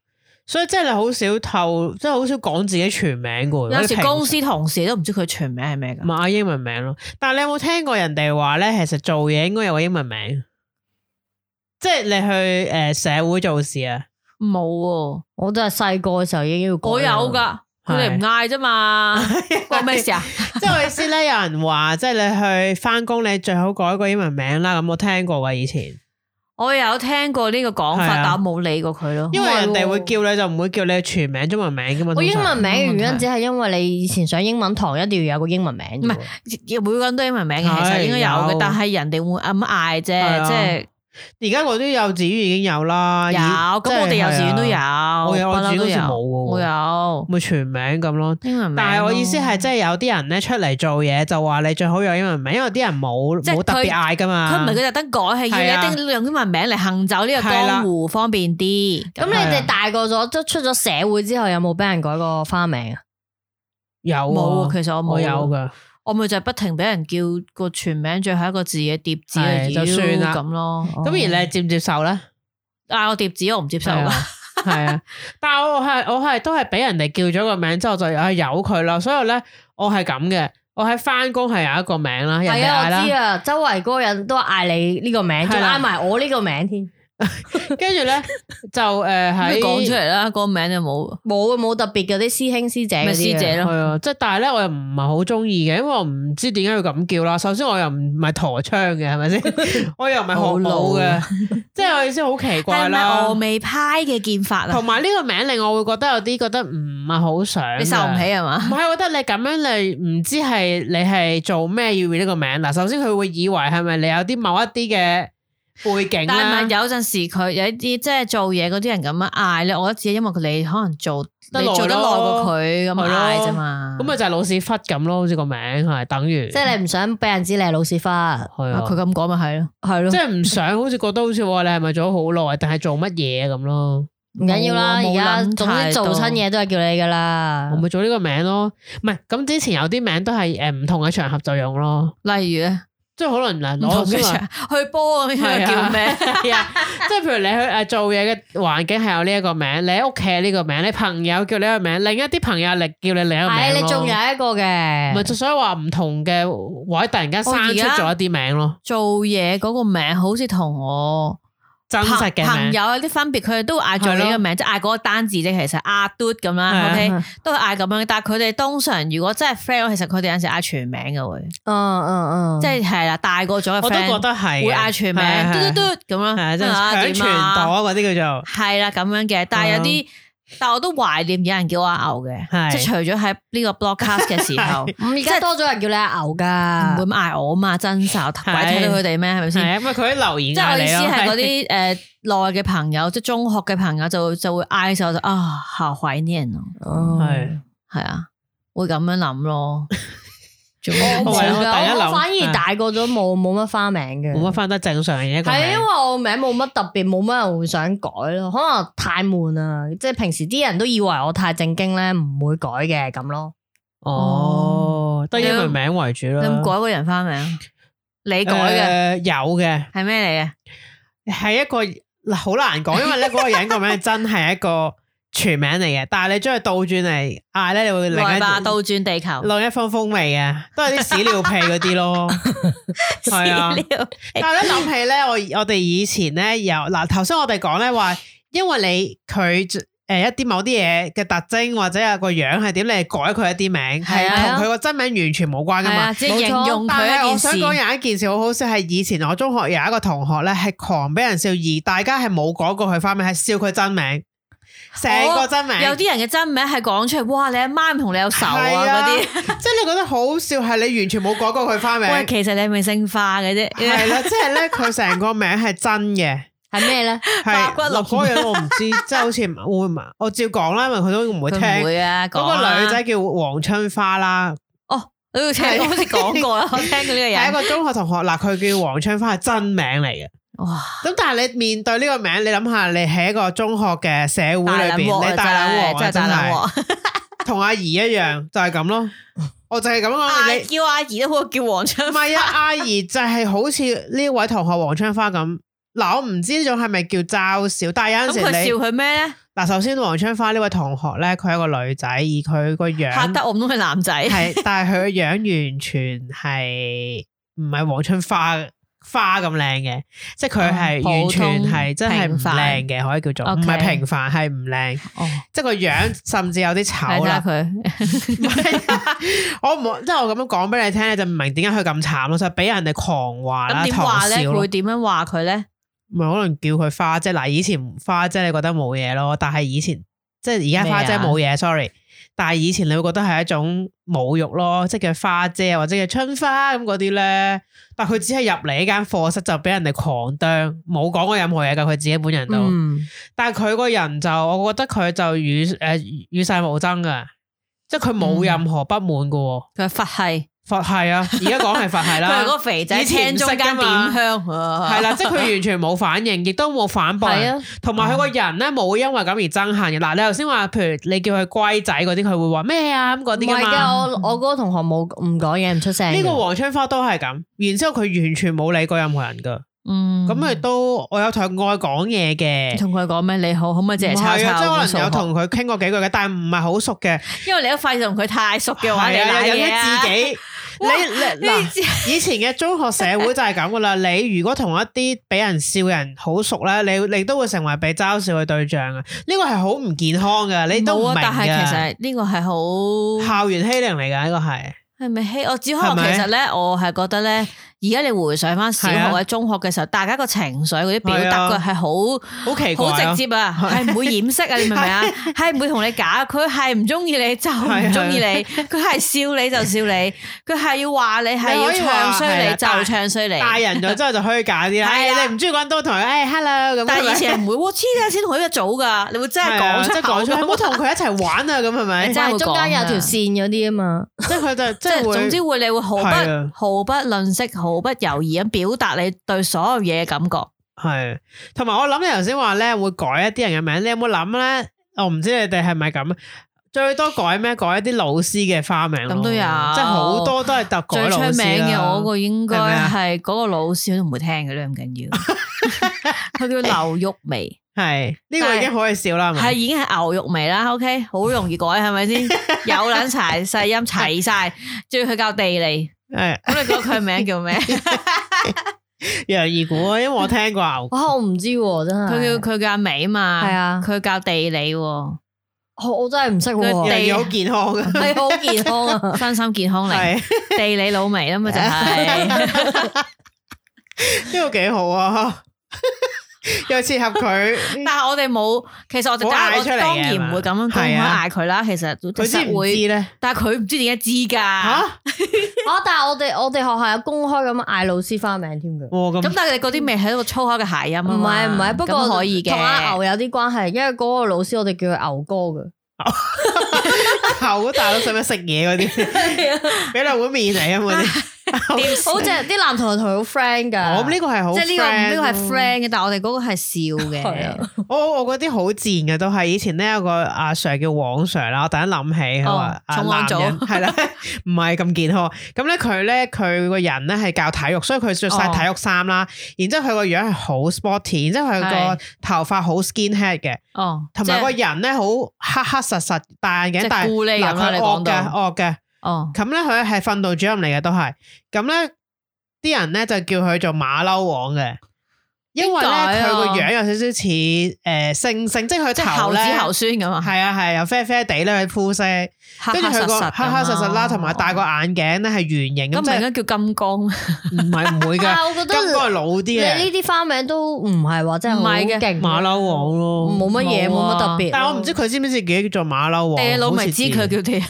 C: 所以即係你好少透，即係好少講自己全名噶。
E: 有時公
C: 司
E: 司同事都唔知佢全名係咩噶。
C: 咪嗌英文名咯。但係你有冇聽過人哋話咧？其實做嘢應該有個英文名，即係你去诶、呃社會做事啊。 <laughs>
E: 冇喎，
D: 我都係細個嘅時候已經要改
E: 我
C: 啊
D: 啦
E: 有，噶，佢哋唔嗌啫嘛，
C: <laughs>
E: 關咩事啊？
C: 即係我意思咧，有人話即係你去翻工，你最好改個英文名啦。咁我聽過噶以前，
E: 哦我有聽過呢個講
C: 係
E: 法，
C: 啊
E: 但我冇理過佢咯。
C: 因為人哋會
D: 喎
C: 叫你就唔會叫你全名中文名噶嘛。
D: 我英
C: 通常
D: 文名嘅原
E: 冇
D: 因
E: 問題
D: 只係因為你以前上英文堂一定要有個英文名啫喎，
E: 唔係每個人都英文名嘅，其實
C: 係
E: 應該有嘅
C: 有，
E: 但係人哋會咁嗌
C: 係
E: 啫，
C: 啊
E: 即係
C: 而家嗰啲幼稚園已經有啦，
E: 有。
C: 即
E: 咁
C: 係
E: 我哋幼稚園都
C: 係啊
E: 有，
C: 我有
E: 不嬲
C: 幼
E: 都
C: 稚園
E: 有，
C: 好似冇喎
E: 我有
C: 咪全名咁咯。
E: 英文名咯。
C: 但係我意思係，即係有啲人咧出嚟做嘢就話你最好有英文名，因為啲人冇
E: 即係
C: 冇特別
E: 佢
C: 嗌噶嘛。
E: 佢唔係佢特登改，係
C: 啊係
E: 要
C: 啊
E: 你一定要用英文名嚟行走呢個江湖，方便啲。
D: 咁
E: 咁
D: 你
C: 係
D: 哋
C: 啊
D: 大個咗，都出咗社會之後，有冇俾人改過花名啊？
C: 有
E: 冇
C: 啊
E: 喎，其實我
C: 我
E: 冇
C: 有
E: 嘅，
C: 噶，
E: 我咪就係不停俾人叫個全名最後一個字嘅疊字
C: 係
E: 嘅，
C: 就算啦哦
E: 妖咁咯。
C: 咁而你係接唔接受咧？
E: 嗌我疊字我唔接受
C: 係
E: 㗎
C: 啊，
E: <laughs>
C: 係啊。但係我係我係都係俾人哋叫咗個名之後就啊由佢啦，所以咧我係咁嘅，我喺翻工係有一個名啦，人
D: 係
C: 哋
D: 啊，
C: 嗌
D: 我知
C: 啦，
D: 啊，周圍嗰個人都嗌你呢個名，仲
C: 係啦
D: 嗌埋我呢個名添。
C: 跟住咧就
E: <laughs>
C: 誒
E: 咁你
C: 喺
E: 講出嚟啦，個名就冇。
D: 冇啊，冇特別嗰啲師兄師姐嗰
E: 咪
D: 啲
E: 師姐
D: 咯。
E: 咯
C: 係啊，即係但係咧，我又唔係好中意嘅，因為我唔知點解要咁叫啦。首先我又唔係陀槍嘅，係咪
E: <laughs>
C: 先？我又唔係
E: 好
C: 學
E: 老
C: 武嘅
E: 啊，
C: 即係我意思好奇怪
E: 係咪
C: 啦
E: 峨。眉派嘅劍法啊
C: 同？埋呢個名令我會覺得有啲覺得唔係好想，
E: 你受唔起。係
C: 唔
E: 嘛？
C: 係，我覺得你咁樣你唔知係你係做咩要呢個名嗱。首先佢會以為係咪你有啲某一啲嘅背景啦
E: 但係咪，有陣時佢有一啲即係做嘢嗰啲人咁樣嗌咧，我覺得只係因為佢你可能做
C: 得
E: 你
C: 耐
E: 做得耐過
C: 咯
E: 佢咁
C: 係咯
E: 嗌啫嘛。
C: 咁咪就係老屎忽咁咯，好似個名係等於
D: 即係你唔想俾人知你係老屎忽，係
C: 係
E: 啊
C: 啊
E: 佢咁講咪係咯。
D: 咯
C: 即。係唔想好似覺得好似話你係咪做咗好耐，但係做乜嘢咁咯？
D: 唔緊要啦，而
E: 冇啊
D: 家
E: 冇諗
D: 總之
E: 太多
D: 做親嘢都係叫你噶啦
C: 我。咪做呢個名咯，唔係咁之前有啲名都係呃诶唔同嘅場合就用咯，
E: 例如咧，
C: 即係可能
E: 唔
C: 嗱
E: 同
C: 攞
E: 嘅
C: 先
E: 場
C: 話
E: 去波咁
C: 係
E: 樣
C: 啊
E: 叫咩？
C: <laughs> 係啊，即係譬如你去诶做嘢嘅環境係有呢一個名，你喺屋企係呢個名，你朋友叫你一個名，另一啲朋友力叫你另一
E: 啊
C: 個
D: 係
C: 名
D: 你仲有
C: 咯
D: 一個嘅，
C: 咪就所以話唔同嘅位突然間
E: 哦
C: 生出咗一啲名咯，
E: <laughs> 做嘢嗰個名好似同我
C: 真實嘅
E: 朋朋
C: 名。
E: 友有啲分別，佢哋都會嗌做你
C: 係咯
E: 嘅名，即係嗌嗰個單字啫。其實阿嘟咁
C: 係啊
E: 啦，OK，
D: 係
E: 都係嗌咁樣。但係佢哋通常如果真係 friend，其實佢哋有陣時嗌全名嘅會，
D: 嗯嗯嗯，
E: 即係係啦，大個咗嘅
C: 哦我都
E: friend
C: 覺得係嘅，啊
E: 會嗌全
C: 係
E: 名，
C: 啊
E: 嘟嘟嘟咁
C: 係啊
E: 樣，
C: 即係
E: 啊
C: 響
E: 點
C: 全
E: 啊
C: 朵嗰啲叫做
E: 係啦咁樣嘅，但係有啲，但我都懷念有人叫我阿牛嘅，
C: 係
E: 即係除咗喺呢個 broadcast 嘅
C: <laughs>
E: 時候，唔
D: 嗯而家多咗人叫你阿牛噶
E: 會，咁嗌我啊嘛，真實我鬼睇到佢哋咩？係咪
C: 係
E: 先？
C: 啊，咪佢喺留言
E: 即係我
C: 嗌
E: 意
C: 你啊
E: 思
C: 咯
E: 係嗰啲诶內嘅朋友，即係中學嘅朋友就就會嗌嘅時候就啊好懷念哦，
D: 哦
C: 係
E: 係啊，會咁樣
C: <laughs>
E: 諗咯。做咩
D: 我
C: 我
D: 冇
C: 唯有
D: 㗎
C: 第一諗
D: 我反
E: 啊
D: 而大個咗冇冇乜花名嘅，
C: 冇乜翻得正常嘅一
E: 啊
C: 個名
D: 係因為我名冇乜特別，冇乜人會想改咯，可能太悶啦，即係平時啲人都以為我太正經咧，唔會改嘅咁咯。
C: 哦，都以
E: 你有
C: 佢名為主
E: 你
C: 啦。
E: 有冇改過人花名？你改嘅
C: 嘅有嘅，
E: 係咩嚟嘅？
C: 係一個嗱好難講，
E: <laughs>
C: 因為咧嗰個人個名真係一個全名嚟嘅，但係你將佢倒轉嚟嗌咧，你會另
E: 來
C: 一
E: 吧，倒轉
C: <laughs>
E: 地球。
C: 另一番風味嘅，都係啲屎尿屁嗰啲
E: <laughs>
C: 咯。係啊，但係咧諗起咧，我我哋以前咧有嗱，頭先我哋講咧話，因為你佢诶一啲某啲嘢嘅特徵或者係個樣係點，你係改佢一啲名，係
E: 係啊
C: 同佢個真名完全冇關噶
E: 係
C: 嘛
E: 啊，。即係
D: 冇錯
E: 形容
C: 但係
E: 佢
C: 我
E: 一
C: 想
E: 件事。
C: 講有一件事好好笑，係以前我中學有一個同學咧，係狂俾人笑，而大家係冇改過佢花名，係笑佢真名，成個真名。
E: 哦有啲人嘅真名係講出嚟，哇！你阿媽唔同你有仇啊
C: 係
E: 嗰啲。
C: 即係你覺得好笑，係你完全冇改過佢花名。
E: 喂，其實你係咪姓化嘅啫？
C: 係啦，即係咧，佢成個名係真嘅，
D: 係咩
E: <laughs>
D: 咧？
E: 白
C: 係
E: 骨
C: 落
E: 龍
C: 嗰樣我唔知，即係好似唔會唔，我照講啦，因為佢都唔會聽。
E: 佢唔
C: 嗰
E: 會啊，講
C: 個
E: 啊
C: 女仔，叫黃春花啦，
E: 哦，你聽我好似講過啊啦，我聽過呢個
C: 係一
E: 人，
C: 個中學同學嗱，佢叫黃春花係真名嚟嘅。
E: 哇！
C: 咁但係你面對呢個名，你諗下，你喺一個中學嘅社會裏
E: 大
C: 边，
E: 冷鑊啊
C: 你大冷王
E: 真係大冷
C: 王，
E: 鑊，
C: 同阿姨一樣，就係咁咯。我就係咁講
E: 嗌
C: 你。
E: 叫阿姨都好，叫黃
C: 唔
E: 春花。
C: 係
E: <laughs>
C: 啊，阿姨就係好似呢位同學黃春花咁。嗱，我唔知呢種係咪叫嘲笑，但係有
E: 咁
C: 陣時
E: 佢笑
C: 你
E: 佢咩咧？
C: 嗱，首先黃春花呢位同學咧，佢係一個女仔，而佢個
E: 嚇
C: 樣
E: 得我唔通係男仔？
C: 係， <laughs> 但係佢個樣完全係唔係黃春花花咁靚嘅，即係佢係
E: 哦
C: 完
E: 普通
C: 全係真係唔
E: 平凡
C: 靚嘅，可以叫做
E: OK
C: 唔係平凡，係唔靚，
E: 哦，
C: 即係個樣甚至有啲
E: 你睇
C: 醜
E: 下
C: 啦。
E: 佢，
C: 唔係 <laughs> 我唔即係我咁樣講俾你聽，你就唔明點解佢咁慘咯，就係俾人哋狂話
E: 咁
C: 啦、
E: 點話
C: 唐
E: 咧？
C: 笑咯
E: 會，點樣話佢咧？
C: 咪可能叫佢花姐。嗱，以前花姐你覺得冇嘢咯，但係以前即係而家花姐冇
E: 啊
C: 嘢，sorry。但係以前你會覺得係一種侮辱咯，即係叫花姐或者叫春花咁嗰啲咧。但佢只係入嚟呢間課室就俾人哋狂啄，冇講過任何嘢㗎，佢自己本人都。
D: 嗯，
C: 但係佢個人就，我覺得佢就與誒、與世無爭㗎，即係佢
E: 嗯
C: 冇任何不滿㗎喎。
E: 佢係佛系，
C: 佛系啊，而家講係佛系
E: <laughs> 佢係
C: 啦
E: 嗰，個肥仔
C: 以前
E: 聽
C: 唔識
E: 中間
C: 㗎
E: 點
C: 嘛
E: 香，
C: 係
E: 係
C: 啦，即係
E: <laughs>
C: 佢完全冇反應，亦都冇反
D: 係
C: 駁，
D: 啊，
C: 同埋佢個人咧冇因為咁而憎恨嘅。嗱，你頭先話，譬如你叫佢乖仔嗰啲，佢會話咩啊咁嗰
D: 唔
C: 啲㗎
D: 係
C: 嘛。
D: 噶，我我嗰個同學冇唔講嘢，唔出聲嘅。
C: 呢個黃春花都係咁，然之後佢完全冇理過任何人噶，
E: 嗯，
C: 咁佢都我有同佢愛講嘢嘅，
E: 同佢講咩？你好，可唔可以借嚟
C: 唔係
E: 抄
C: 啊，即
E: 抄
C: 係
E: 我
C: 可
E: 數
C: 能有
E: 學？
C: 同佢傾過幾句嘅，但係唔係好熟嘅，
E: 因為你一發現同佢太熟嘅話，你
C: 係啊，
E: 賴
C: 有
E: 嘢啊
C: 啲自己，你你
E: 呢
C: 嗱
E: 啲。自
C: 以前嘅中學社會就係咁噶啦，你如果同一啲俾人笑嘅人好熟咧，你你都會成為被嘲笑嘅對象啊！呢個係好唔健康噶，你都唔
E: 冇
C: 明
E: 啊，但係其
C: 係
E: 實呢個係好
C: 校園欺凌嚟㗎，呢個係
E: 係咪欺？我只可
C: 係
E: 能
C: 咪
E: 其實咧，我係覺得咧，而家你回想翻小
C: 係
E: 學
C: 啊
E: 或者中學嘅時候，大家個情緒嗰啲表達
C: 係
E: 佢
C: 啊
E: 係好
C: 好奇怪
E: 好
C: 啊
E: 直接啊，
C: <laughs>
E: 係唔會掩飾啊，你明唔明啊？係唔會同你假，佢係唔中意你就
C: 係
E: 唔中意你，佢係笑你就笑你，佢係要話你係
C: 啊你
E: 要
C: 可以
E: 唱
C: 話係
E: 衰
C: 啊
E: 你
C: 大
E: 就唱衰你。
C: 大人咗之後就虛假啲啦，哎
E: 係啊
C: 唉你唔中意嗰人都同佢誒 hello 咁，
E: 但係以
C: 係
E: 前係唔會，哇黐線先同佢一組噶，你會真係
C: 咪係啊
E: 講
C: 即係
E: 出口
C: 講出，唔好
E: 㗎
C: 同佢一齊玩啊咁係咪？
E: <laughs> 你
C: 即
E: 真係
D: 但係
E: 會
D: 中間有
E: 講㗎
D: 條線嗰啲啊嘛，
C: 係佢就即
E: 即係
C: 係會
E: 總之會你會毫不
C: 係啊
E: 毫不吝惜、毫不猶豫咁表達你對所有嘢嘅感覺。
C: 系，同埋我諗你頭先話咧會改一啲人嘅名，你有冇諗咧？我唔知你哋係咪咁，最多改咩？改一啲老師嘅花名咯，
E: 咁都有
C: 即係好多都係特改
E: 最出
C: 老
E: 名
C: 師
E: 嘅我個應該
C: 係咪啊
E: 係嗰個老師都唔會聽嘅咧，咁
C: <laughs>
E: 緊要。佢叫劉玉薇，
C: 係呢個已經可以笑 <laughs> 啦，係
E: 係
C: 咪？
E: 已經係牛肉味啦。OK，好容易改係
C: <laughs>
E: 咪先？有撚柴細音齊晒，仲要佢教地理。
C: 诶，
E: 咁你講佢名叫
C: <laughs>
E: 咩？
C: 楊二股，因為我聽
E: <laughs>
C: 過啊牛，
D: 哇，我唔知喎，真係。
E: 佢叫佢叫阿美嘛，
D: 係啊
E: 佢教地
C: <laughs>
E: 理喎，
D: 我我真係唔識 <laughs>
E: 佢
D: 喎，
E: 地
C: 楊二好健康嘅，
D: 係好健康啊！ <laughs>
E: <laughs> 身心健康嚟，
C: 係
E: 地理老味啦嘛
C: <laughs>
E: 就係。
C: 呢個幾好啊，又切合佢，
E: 但係我哋冇，其實我哋
C: 冇
E: 但係
C: 嗌
E: 我
C: 出嚟嘅
E: 當然唔會咁樣公
C: 係
E: 開
C: 啊
E: 嗌佢啦。其實佢
C: 佢知唔知咧？
E: 但係佢唔知點解知㗎。
C: 吓，
D: 啊，但係我哋我哋學校有公開咁樣嗌老師花名添嘅。
C: 哇哦 <laughs> 咁
E: 咁但係你嗰啲未係一個粗口嘅諧哦音啊
D: 唔
E: 嘛
D: 係唔係，不過
E: 咁可以嘅。
D: 同阿牛有啲關係，因為嗰個老師我哋叫佢牛哥嘅。
C: 牛大佬使唔使食嘢嗰
E: <laughs>
C: 啲？俾兩碗面嚟啊嗰啲。
D: 好似係啲男同學同佢好 friend 㗎。
C: 我哦呢個係好，
E: 啊即係呢個呢個係
C: 係
E: friend 嘅，但係我哋嗰個係笑
D: 係啊
E: 嘅。
C: 哦我我嗰啲好賤嘅都係，以前咧有個阿 Sir 叫黃 Sir 啦，我突然諗起佢話啊
E: 哦重案組
C: 係
E: <laughs>
C: 啦，唔係咁健康。咁咧佢咧佢個人咧係教體育，所以佢着晒
E: 哦
C: 體育衫啦。然之後佢個樣係好 sporty，然之後佢個
E: 係
C: 頭髮好 skin head 嘅，
E: 哦，
C: 同埋個人咧好黑黑實實，戴眼
E: 即
C: 鏡，
E: 係
C: 但
E: 咕喱咁
C: 嗱
E: 啦
C: 佢
E: 你
C: 惡
E: 講
C: 嘅
E: 到
C: 惡嘅。
E: 哦，
C: 咁咧佢係訓導主任嚟嘅都係，咁咧啲人咧就叫佢做馬騮王嘅，因為咧
E: 點解
C: 佢
E: 啊
C: 個樣有少少似诶猩猩，即係佢
E: 即係
C: 頭
E: 猴
C: 咧
E: 子猴孫咁啊，
C: 係啊係啊，啡啡地咧佢膚色，
E: 黑
C: 跟住
E: 黑
C: 佢
E: 實
C: 個
E: 實
C: 黑黑實實啦，同埋戴個
E: 個
C: 眼鏡咧係圓形
E: 咁
C: 咁，
E: 啊唔
C: 即
E: 應
C: 係
E: 該叫金剛啊咩？
C: 唔係唔會
D: 但
C: 嘅，
D: 啊係我覺
C: 金哥係
D: 得
C: 老啲
D: 你
C: 嘅
D: 呢啲花名都唔係話真係
E: 唔
D: 好
E: 係嘅
D: 勁。
C: 馬騮王咯，
D: 冇乜嘢，
E: 冇
D: 冇
E: 啊
D: 乜特別。
C: 但係我唔知，佢知唔知自己叫做馬騮王，
E: 地老
C: 好
E: 咪
C: 似
E: 知佢叫地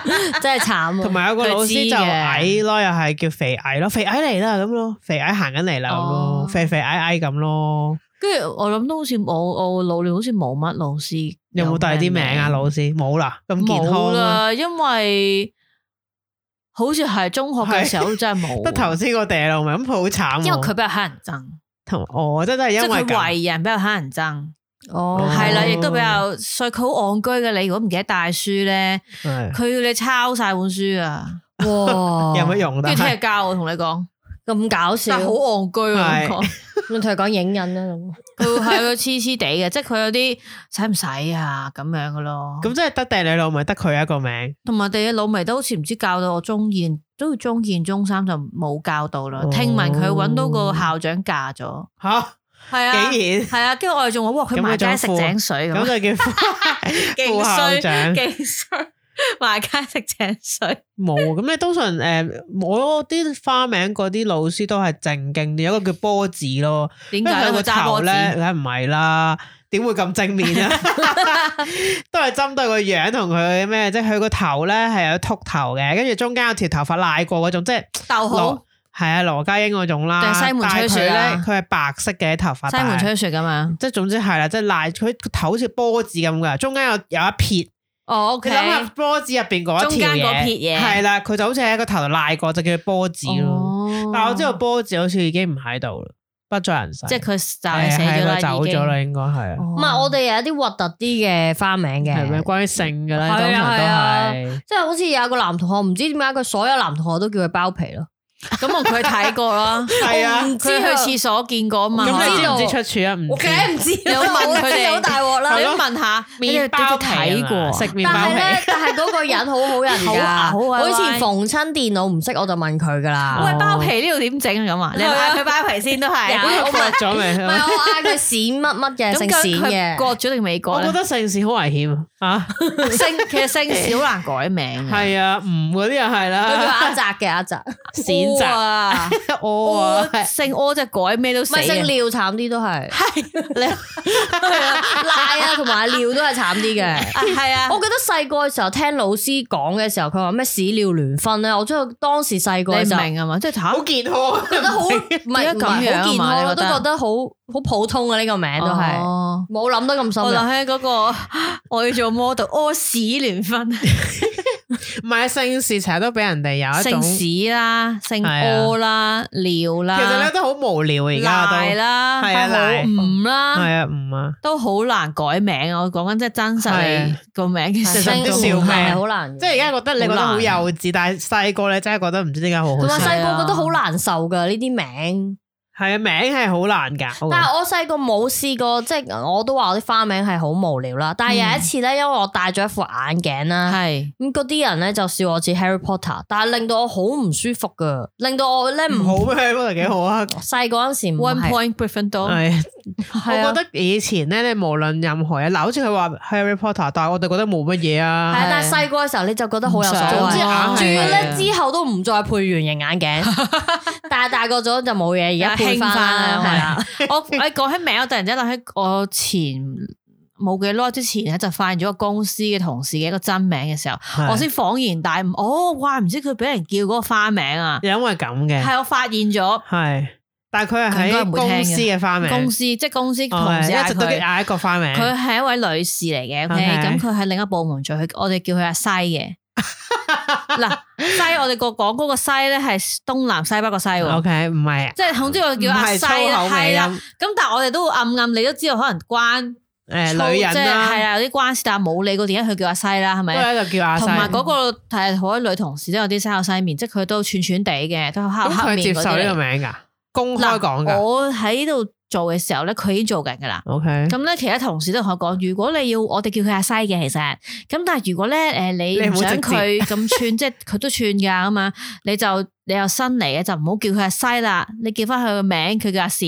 D: <laughs> 真係慘啊！
C: 同埋
E: 哦
C: 有個老師就矮咯，又係叫肥矮咯，肥矮嚟啦咁咯，肥矮行緊嚟啦咁咯，
E: 哦
C: 肥肥矮矮咁咯。
E: 跟住我諗都好似冇，我老了好似冇乜老師。
C: 有冇第二啲名啊？老師冇啦，咁健
E: 冇
C: 康啊啦。
E: 啦，因為好似係中學嘅時候真係冇。
C: <laughs>
E: 啊
C: 得頭先個地老咪咁，佢好慘喎。
E: 因為佢比較乞人憎，
C: 同我真係
E: 即
C: 因
E: 係
C: 為
E: 佢
C: 咁
E: 為人比較乞人憎，
D: 哦，
E: 係啦，
C: 哦
E: 亦都比較所以佢好戇居嘅。你如果唔記得帶書咧，
C: 係
E: 佢要你抄晒本書啊，
D: 哇，
C: 有乜用？啊
E: 跟
C: 但
E: 住聽
C: 係
E: 日交我同你講，
D: 咁搞笑
E: 但？係好戇居啊！
C: 係
E: 咁講
D: 我同佢講影印啦咁。
E: 佢係佢黐黐地嘅，即係佢有啲使唔使啊咁樣嘅咯。
C: 咁即係得地老咪得佢一個名。
E: 同埋地嘅老味都好似唔知教到我中二，都要中二中三就冇教到啦。
C: 哦
E: 聽聞佢揾到個校長嫁咗，
C: 吓，
E: <laughs> 係
C: 竟
E: 啊，
C: 然
E: 係啊，跟住我哋仲話哇，佢
C: 咁佢
E: 埋
C: 仲
E: 街食
C: 富
E: 井水咁
C: 咁。就叫副
E: <laughs> 勁
C: 校 <laughs>
E: 衰
C: 長
E: 勁衰，埋街食井水。
C: 冇。咁你通常诶，我啲花名嗰啲老師都係正經啲，有一個叫波子咯。
E: 點
C: 因為
E: 解
C: 佢
E: 佢
C: 個
E: 揸
C: 頭
E: 波子？
C: 咧，梗係唔係啦，點會咁正面
E: <laughs>
C: 啊？ <laughs> 都係針對個樣同佢咩，即係佢個頭咧係有秃頭嘅，跟住中間有條頭髮拉過嗰種，即係
E: 逗
C: 羅
E: 號
C: 係啊羅家英嗰種啦。
E: 哦定係西門吹雪
C: 但係佢
E: 啊
C: 咧，佢係白色嘅頭髮。
E: 西門
C: 但係
E: 吹雪咁樣。
C: 即係總之係啦，即係拉佢個頭好似波子咁噶，中間有有一撇。
E: 哦，OK，
C: 你諗下波子入邊嗰一
E: 中
C: 條
E: 間嗰撇
C: 嘢，
E: 嘢
C: 係啦，佢就好似喺個頭度拉過，就叫波子咯。
E: 哦
C: 但係我知道波子好似已經唔喺度啦，不在人世。
E: 即係佢就係
C: 係
E: 死咗
C: 哎係
E: 啦，
C: 佢走
E: 已經哦
C: 咗。啦，應該係。
E: 唔
D: 唔係，我哋有一啲核突啲嘅花名嘅，
C: 哦係咪關於性嘅咧？
D: 係啊
C: 通常都
D: 係啊
C: 係。
D: 即係好似有個男同學，唔知點解佢所有男同學都叫佢包皮咯。
E: 咁我佢睇過啦，
C: <laughs> 係啊
E: 我唔知佢去廁所見過啊嘛。
C: 咁你
E: 可
C: 知唔
E: 能
C: 知出處啊？唔
D: 我
C: 知
D: 梗係唔知 <laughs> 啦，
E: 有問佢哋
D: 我知道好大鑊啦。
E: 你問下，你哋
C: 麵包皮
E: 睇
C: 啊嘛
E: 過
C: 食麵
D: 但
C: 包
D: 係咧
C: 皮。，
D: 但係嗰個人好好人
E: 好
D: 㗎
E: 啊。好啊
D: 我以前
E: 喂
D: 逢親電腦唔識，我就問佢㗎啦。
E: 喂，包皮呢度點整啊咁啊？你
D: 係啊
E: 嗌佢包皮先都係
D: 日本
E: 啊。
D: 我
C: 割咗未？
D: 唔係我嗌佢閃乜乜嘅，
E: 咁
D: 姓
E: 究竟
D: 閃
E: 佢
D: 嘅。
E: 割咗定未割
C: 我覺
E: 咧？
C: 得性事好危險啊！
E: <laughs> 姓其實姓氏好難改名啊。
C: 係啊，唔嗰啲又係
D: 佢叫阿
C: 啦，
D: 澤嘅阿澤，
C: 選
E: <laughs> 柯
C: 擇
E: 啊！
C: <laughs> 我啊，
E: <laughs> 柯姓柯即係改咩都
D: 唔
E: 死啊。
D: 係姓廖慘啲都 <laughs> 係，
E: 係
D: 賴啊同埋阿廖都係慘啲
E: <laughs>
D: 嘅。
E: 啊
D: 我記得細個嘅時候聽老師講嘅時候，佢話咩屎尿聯婚啊咧，我真係當時細個嘅
E: 你
D: 時
E: 唔
D: 候
E: 明啊嘛？即係
C: 好
E: 嚇
C: 健康。
D: 覺得
E: <laughs>
D: 好唔係唔
E: 點
D: 係
E: 解咁樣啊
D: 好健
E: 嘛
D: 康
E: 你
D: 咯，都
E: 覺得
D: 覺得好好普通啊嘅呢個名都係
E: 哦
D: 冇諗得咁深
E: 我
D: 入。
E: 諗起嗰個我要做 model 屙屎聯婚，
C: <laughs> 唔係姓氏成日都俾人哋有一
E: 姓
C: 種，其
E: 屎啦，姓
C: 係啊
E: 柯啦，尿啦，
C: 實咧都好無聊啊而家都
E: 賴啦，
C: 係啊賴
E: 唔啦，
C: 係啊，唔啊，
E: 都好難改名啊！我講緊即係真實
C: 係
E: 你個名其
C: 其
E: 實
C: 實
E: 真
C: 都
E: 係
C: 笑
E: 好
C: 咩
E: 難
D: 係好難嘅，
C: 即係而家覺得你覺得
E: 好
C: 好
E: 難
C: 幼稚，但係細個你真係覺得唔知點解好好
D: 同埋
C: 笑，
D: 細
E: 係啊
D: 個覺得好難受噶呢啲名。
C: 係啊，名係好難㗎，我覺
D: 但
C: 得
D: 係我細個冇試過，即係我都話我啲花名係好無聊啦。但係
E: 嗯
D: 有一次咧，因為我戴咗一副眼鏡啦，
E: 係
D: 咁嗰啲人咧就笑我似 Harry Potter，但係令到我好唔舒服噶，令到我咧
C: 唔
D: 唔
C: 好咩？不過幾好啊，
D: 細個嗰陣時唔
E: One
D: 係，
E: Point Gryffindor
C: 係。
D: 係啊
C: 我覺得以前咧，你無論任何嘢，嗱，好似佢話 Harry Potter，但係我哋覺得冇乜嘢
D: 係
C: 啊
D: 啊，。但係細個嘅時候你就覺得好有所
E: 唔想
D: 謂，
C: 啊
D: 仲要咧
E: 係啊
D: 之後都唔再配圓形眼
E: <laughs>
D: 鏡，但係大個咗就冇
E: Dạ,
D: 嘢，而家配翻啦，
E: 興
D: 係
E: 返
D: 啦
E: 啦，我你講起名，我突然之間諗起我前冇幾耐之前咧，就發現咗個公司嘅同事嘅一個真名嘅時候，
C: 係
E: 我先恍然大悟，哦，哇！唔知佢俾人叫嗰個花名啊，
C: 因為咁嘅，
E: 係我發現咗
C: 係，但係佢
E: 佢
C: 係
E: 應該
C: 喺
E: 唔會聽嘅
C: 公司嘅花名，
E: 公司，即係公司
C: 哦
E: 同
C: 係
E: 事
C: 一
E: 嗌
C: 直都
E: 佢。
C: 嗌一個花名，
E: 佢係一位女士嚟嘅
C: 嗯 OK
E: ，OK，咁佢係另一部門做，佢我哋叫佢阿
C: <laughs>
E: 西嘅。嗱，西我哋個講嗰個西咧係東南西北個西喎，
C: OK 唔係啊，
E: 即係總之我叫
C: 唔
E: 阿
C: 係
E: 西
C: 粗
E: 啦，
C: 口啊尾
E: 係啦。
C: 音，
E: 咁但係我哋都會暗暗，你都知道可能關
C: 誒女人
E: 係
C: 啦，
E: 啊，有啲關事，但係冇理嗰點解佢叫阿西啦，係
C: 都
E: 咪？
C: 喺度叫阿西
E: 同，埋嗰個係好多女同事都有啲西口西面，即係佢都串串地嘅，都黑
C: 咁
E: 黑
C: 佢接
E: 面嗰
C: 受呢個
E: 啲嚟。
C: 名㗎，公開講
E: 嗱，
C: 㗎
E: 我喺度做嘅時候咧，佢已經做緊㗎啦。
C: ，OK，
E: 咁咧，其他同事都同我講，如果你要我哋叫佢阿西嘅，其實咁，但係如果咧，誒、你
C: 你唔
E: 唔
C: 好
E: 想
C: 直接
E: 佢咁
C: <laughs>
E: 串，即係佢都串噶咁啊，你就你又新嚟嘅，就唔好叫佢阿西啦，你叫翻佢個名，佢叫阿善，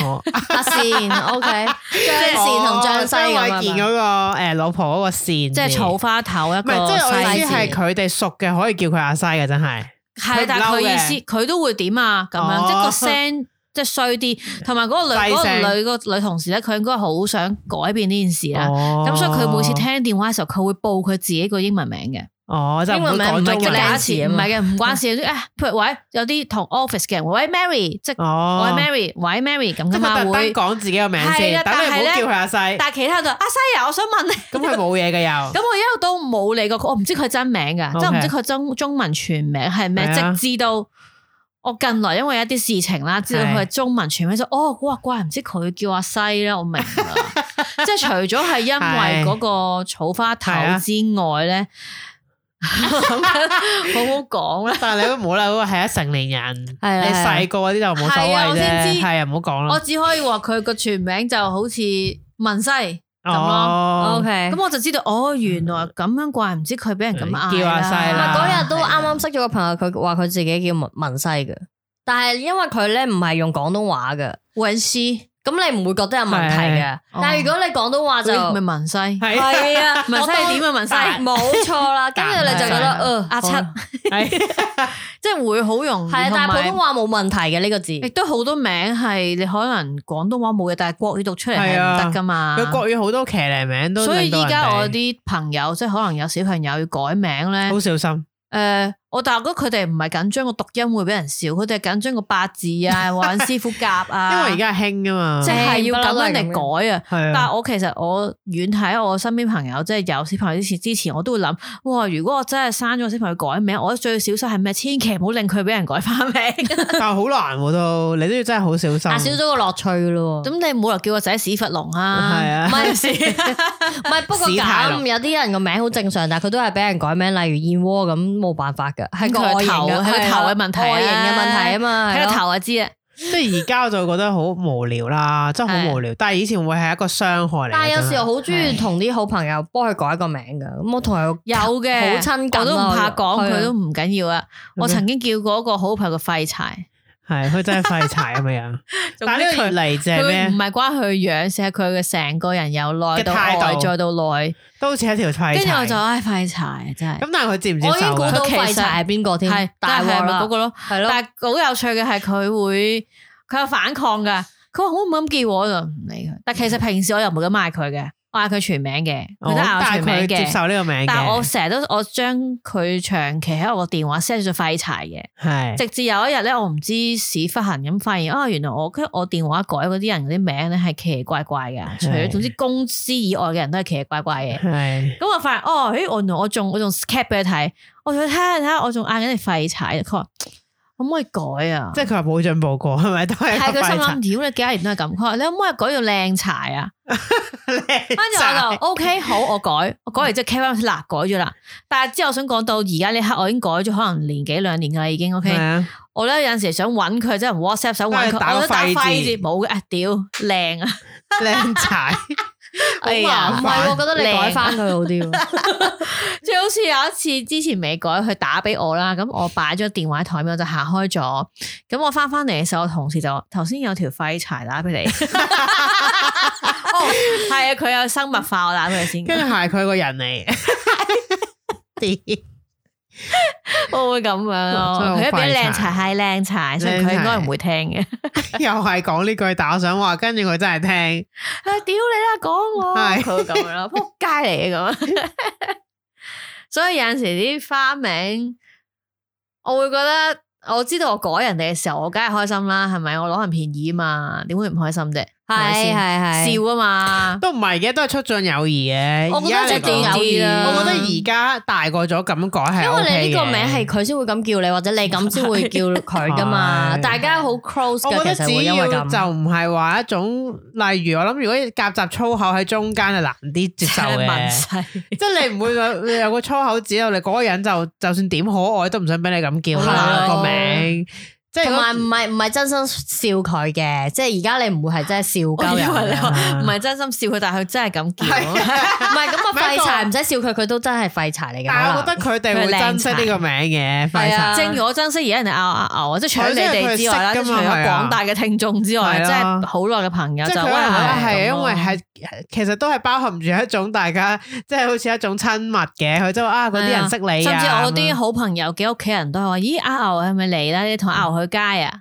C: 哦，
D: 阿
C: <laughs>
D: 善，OK，張善同張西
C: 哦張
D: 咁啊
C: 衛健
D: 樣
C: 嗰。個誒老婆嗰個善，即
E: 即係草花頭一
C: 唔
E: 個
C: 係，即係我意
E: 西
C: 思
E: 字，
C: 係佢哋熟嘅可以叫佢阿西嘅，真係。佢
E: 係，
C: 唔
E: 但係佢
C: 嬲
E: 意
C: 嘅
E: 思佢都會點啊咁
C: 哦
E: 樣，即係個聲。 <laughs> 即係衰啲，同埋嗰個女
C: 細
E: 嗰
C: 聲
E: 個女個女同事咧，佢應該好想改變呢件事啦。
C: 哦
E: 咁所以佢每次聽電話嘅時候，佢會報佢自己個英文名嘅。
C: 哦，就唔會講
D: 英文名
C: 中
D: 唔係
E: 叫
D: 叫
E: 假
C: 文。
D: 靚
E: 設，唔
C: 嗯
E: 係嘅，唔關事。誒，譬如喂，有啲同 office 嘅人，喂 Mary，即係喂
C: 哦，
E: Mary，喂 Mary 咁
C: 即係佢
E: 噶
C: 特
E: 嘛
C: 登
E: 會。
C: 講自己個名
E: 係
C: 先，
E: 啊
C: 等你唔好
E: 但
C: 叫
E: 係呢
C: 佢阿西。咁
E: 但係其他就阿西啊，我想問你，
C: 佢冇嘢嘅又。
E: <laughs> 咁我一路都冇理過佢，我唔知佢真名㗎，即係
C: OK
E: 唔知佢中中文全名係咩
C: 係啊，
E: 直至到。我近來因為一啲事情啦，知道佢係中文全名就哦，哇，怪唔知佢叫阿西啦，我明啦。
C: <laughs>
E: 即係除咗係因為嗰個草花頭
C: 係啊
E: 之外 <laughs> 咧，好好講啊啦。
C: 但係你都冇啦，嗰個係一成年人，你
E: 係
D: Ờ.
E: 啊係啊
C: 細個嗰啲就冇所
E: 係啊
C: 謂
E: 我先
C: 啫，
E: 知
C: 係啊，唔好講
E: 我
C: 啦。
E: 只可以話佢個全名就好似文西咁咯。
C: 哦
E: OK，咁我就知道哦，原來咁樣怪唔知佢俾人咁嗌
C: 叫阿
E: 啦
C: 西
D: 同
C: 啦
D: 埋嗰日都
E: 係啊
D: 啱啱識咗個朋友，佢話佢自己叫文文西嘅，但係因為佢咧唔係用廣東話嘅，
E: 韻詩，
D: 咁你唔會覺得有問題嘅。
E: 哦
D: 但係如果你廣東話就
C: 哦
E: 咦咪文西，
C: 係 <laughs>
D: 係
E: <laughs>
D: 啊，
E: 文西係點
D: 啊？
E: 啊？文西
D: 冇錯啦，
E: <laughs>
D: 跟住你就覺
C: 蛋
D: 得，嗯，
E: 阿七，
C: 係
E: 即係會好容易。
D: 係啊，但係普通
E: 話
D: 話冇問題嘅呢個字，
E: 亦都好多名係你可能廣東話冇嘅，但係國語讀出嚟係唔得噶嘛。
C: 佢國語好多騎呢名都
E: 所
C: 令
E: 以
C: 到
E: 依家我
C: 人哋
E: 啲朋友即係可能有小朋友要改名咧，
C: 好小心。
E: 誒、我但係覺得佢哋唔係緊張個讀音會俾人笑，佢哋係緊張個八字
C: <laughs>
E: 啊，揾師傅夾
C: 因為
E: 啊，
C: 而家係興啊嘛，
E: 即係要咁樣嚟改啊。
C: 係
E: 但
C: 啊
E: 係我其實我遠睇我身邊朋友，即係有小朋友之前之前，我都會諗，哇！如果我真係生咗個小朋友改名，我最小心係咩？千祈唔好令佢俾人改花名。咁
C: 但係好難喎都，你都要真係好小心。
D: 但少咗個樂趣咯喎。
E: 你冇理由叫個仔屎忽龍
C: <laughs>
E: 啊！
C: 係啊
D: 唔
E: <laughs>
D: 係 <laughs> 唔係，不過
C: 史泰龍
D: 咁有啲人個名好正常，但係佢都係俾人改名，例如燕窩咁，冇辦法嘅，係個
E: 佢
D: 外形
E: 頭
D: 嘅，
E: 係
D: 係
E: 頭
D: 啊
E: 嘅問題啊
D: 外形嘅問題啊嘛，
E: 睇
D: 係
E: 個
D: 咯
E: 頭就知啊。
C: 即係而家我就覺得好無聊
E: <laughs>
C: 啦，真係好無聊。但係以前會係一個傷害嚟嘅。
D: 但係有時
C: 真係
D: 候好中意同啲好朋友幫佢改個名噶，咁我同佢
E: 有嘅，
D: 好親近
E: 我都唔怕講，
D: 咯
E: 佢都唔緊要啊。我曾經叫過一個好朋友嘅廢柴。
C: 係佢真係廢柴咁
E: <laughs>
C: 樣。但係呢個越嚟就係
E: 佢唔
C: 咩？
E: 係關佢樣事，係佢嘅成個人由內到
C: 嘅態
E: 外
C: 度
E: 再到內，
C: 都好似係一條廢柴。
E: 跟住我就
C: 咁，
E: 唉廢柴真係，
C: 但係佢接唔接
D: 我已經
C: 受
D: 估
C: 啊？
D: 到
E: 佢其實
D: 廢柴係邊個添
E: 係，
D: 大
E: 但係
D: 鑊
E: 咪
D: 啦
E: 嗰，個咯。
D: 係咯，
E: 但係好有趣嘅係佢會佢有反抗㗎，佢話好唔好咁叫我我就唔理佢。但其實平時我又唔會咁嗌佢嘅，我嗌佢全名嘅，佢
C: 嗯哦
E: 都嗌我
C: 但
E: 全
C: 系
E: 名
C: 佢接
E: 嘅。
C: 受呢個名嘅，
E: 但系我成日都我將佢長期喺我個電話 set 咗廢柴
C: 系
E: 嘅，直至有一日咧，我唔知屎忽痕咁發現啊，原來我跟我電話改嗰啲人嗰啲名咧係奇奇怪怪嘅，除咗
C: 係
E: 總之公司以外嘅人都係奇奇怪怪嘅。
C: 系
E: 咁我發現哦，咦，我原來我仲我仲 cap 俾佢睇，我仲睇下睇下，我仲嗌緊你廢柴，佢話可唔可以改啊？
C: 即係佢話冇進步過，係咪都係
E: 係
C: 一個
E: 佢心
C: 廢
E: 諗，
C: 柴
E: 屌你幾多年都係咁，佢話你可唔可以改到靚柴啊？
C: 跟
E: 跟住我就
C: <laughs>
E: 哦 OK 好，我改，我改完之後 cap 嗱改咗啦。但係之後我想講到而家呢刻，我已經改咗可能年幾兩年㗎啦，已經 OK。
C: 啊，
E: 我咧有陣時想揾佢，即係 WhatsApp 想揾
C: 都係打
E: 佢，
C: 個
E: 我都打
C: 廢字
E: 廢字冇嘅，啊屌
C: <laughs>
E: 靚啊！
C: 靚
E: <laughs>
C: 仔，
E: 哎呀
D: 唔係喎，覺得你
E: 靚
D: 改翻佢好啲喎。
E: 最好似有一次之前未改，佢打俾我啦，咁我擺咗電話喺台面，我就行開咗。咁我翻翻嚟嘅時候，我同事就頭先有條廢柴打俾
C: <laughs>
E: 你，哦，係啊，佢有生物化，我打俾
C: <laughs>
E: 佢先。
C: 跟住係佢個人
E: <laughs>
C: 嚟， <laughs>
E: 我會咁樣咯，
C: 哦真係好
E: 佢一俾靚
C: 廢
E: 柴係靚柴，所以佢應該唔會聽嘅。
C: 又係講呢句，但我想話，跟住佢真係聽，
E: 啊屌你啦，講我，
C: 係
E: 佢會咁樣咯，仆街嚟嘅咁 <laughs> 樣。所以有陣時啲花名，我會覺得我知道我改人哋嘅時候，我梗係開心啦，係咪？我攞人便宜啊嘛，點會唔開心啫？ <laughs> 係咪
D: 係
E: 先
D: 係係，
E: 笑啊嘛，
C: 都唔係嘅，都係促進友誼嘅。
D: 我覺得
C: 而家嚟
D: 促進
C: 講
D: 友誼啊
C: 我覺得而家大個咗咁改係，
D: 因為你呢個名係。佢先會咁叫你，或者你咁先會叫佢噶嘛。
C: <laughs> 係
D: 大家好 close
C: 我覺
D: 嘅，
C: 得
D: 其
C: 只
D: 實會因
C: 要
D: 為
C: 就
D: 咁。
C: 唔係話一種，例如我諗，如果夾雜粗口喺中間就難啲接
D: <laughs>
C: 受
E: 問
C: 嘅， <laughs>
E: 世
C: 即係你唔會有有個粗口指我哋嗰個人就就算點可愛都唔想俾你咁叫啦
D: 係咯
C: 個名，即係
D: 同
C: 如果
D: 埋唔係唔係真心笑佢嘅，即係而家你唔會係真係笑
E: 我
D: 鳩
E: 以為你
D: 人
E: 話
D: 啊。
E: 唔係真心笑佢，但係佢真係咁叫。
D: 唔係咁啊，
C: 係一個
D: 廢柴唔使笑佢，佢都真係廢柴嚟
C: <laughs>
D: 嘅。
C: 但係我
D: 可
C: 覺
D: 能
C: 得佢哋會珍惜呢個名嘅，廢
D: 係啊
C: 柴
E: 正如我珍惜而家人哋拗拗牛啊，即係除咗你哋之外啦，
C: 係
E: 即
C: 因為佢係識㗎
E: 係除
C: 嘛
E: 咗
C: 係啊
E: 廣大嘅聽眾之外，
C: 係啊
E: 即係好耐嘅朋友
C: 即
E: 就
C: 係佢
E: 喂
C: 係係
E: 係
C: 因為
E: 咁咯
C: 係其實都係包含住一種大家即係好似一種親密嘅，佢就話啊嗰啲人識你
E: 甚
C: 啊，
E: 至我啲
C: 咁
E: 好朋友嘅屋企人都係話：咦，阿牛係咪嚟啦？你同阿牛去街啊？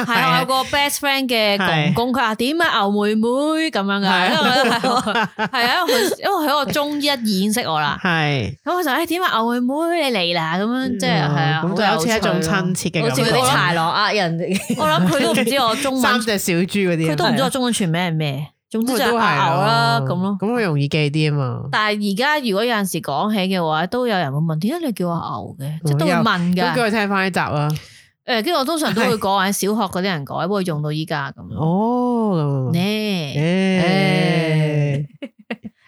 C: <laughs> 係
E: 啊，我有個 best friend 嘅公公，佢話點啊，牛妹妹咁樣噶，
C: 係
E: 因為我覺得係我 <laughs> 係啊，因為佢因為喺我中一已經識
C: <laughs>
E: 我啦，
C: 係
E: 咁佢就誒點啊，牛妹妹你嚟啦，咁樣即係係啊，
C: 嗯咁就好似一種親切嘅
D: 好
C: 感
D: 似
C: 覺。
D: 嗰啲豺狼呃人 <laughs> 哋。
E: 我諗佢都唔知我
C: <laughs>
E: 中
C: 三
E: 文，
C: 隻小豬嗰啲，
E: 佢都唔知我中文全名係咩，總之
C: 咁
E: 就
C: 佢
E: 係
C: 都係
E: 阿牛啦
C: 咯
E: 咁咯。
C: 咁佢容易記啲啊嘛。
E: 但係而家如果有陣時講起嘅話，都有人會問點解你叫我牛嘅，即係
C: 哦
E: 都會
C: 又
E: 問
C: 咁叫
E: 㗎。
C: 佢聽翻呢集
E: <laughs>
C: 啊。
E: 誒，跟住我通常都會講喺小學嗰啲人改，不過用到依家咁咯。
C: 哦，咁啊。
E: 呢
C: 誒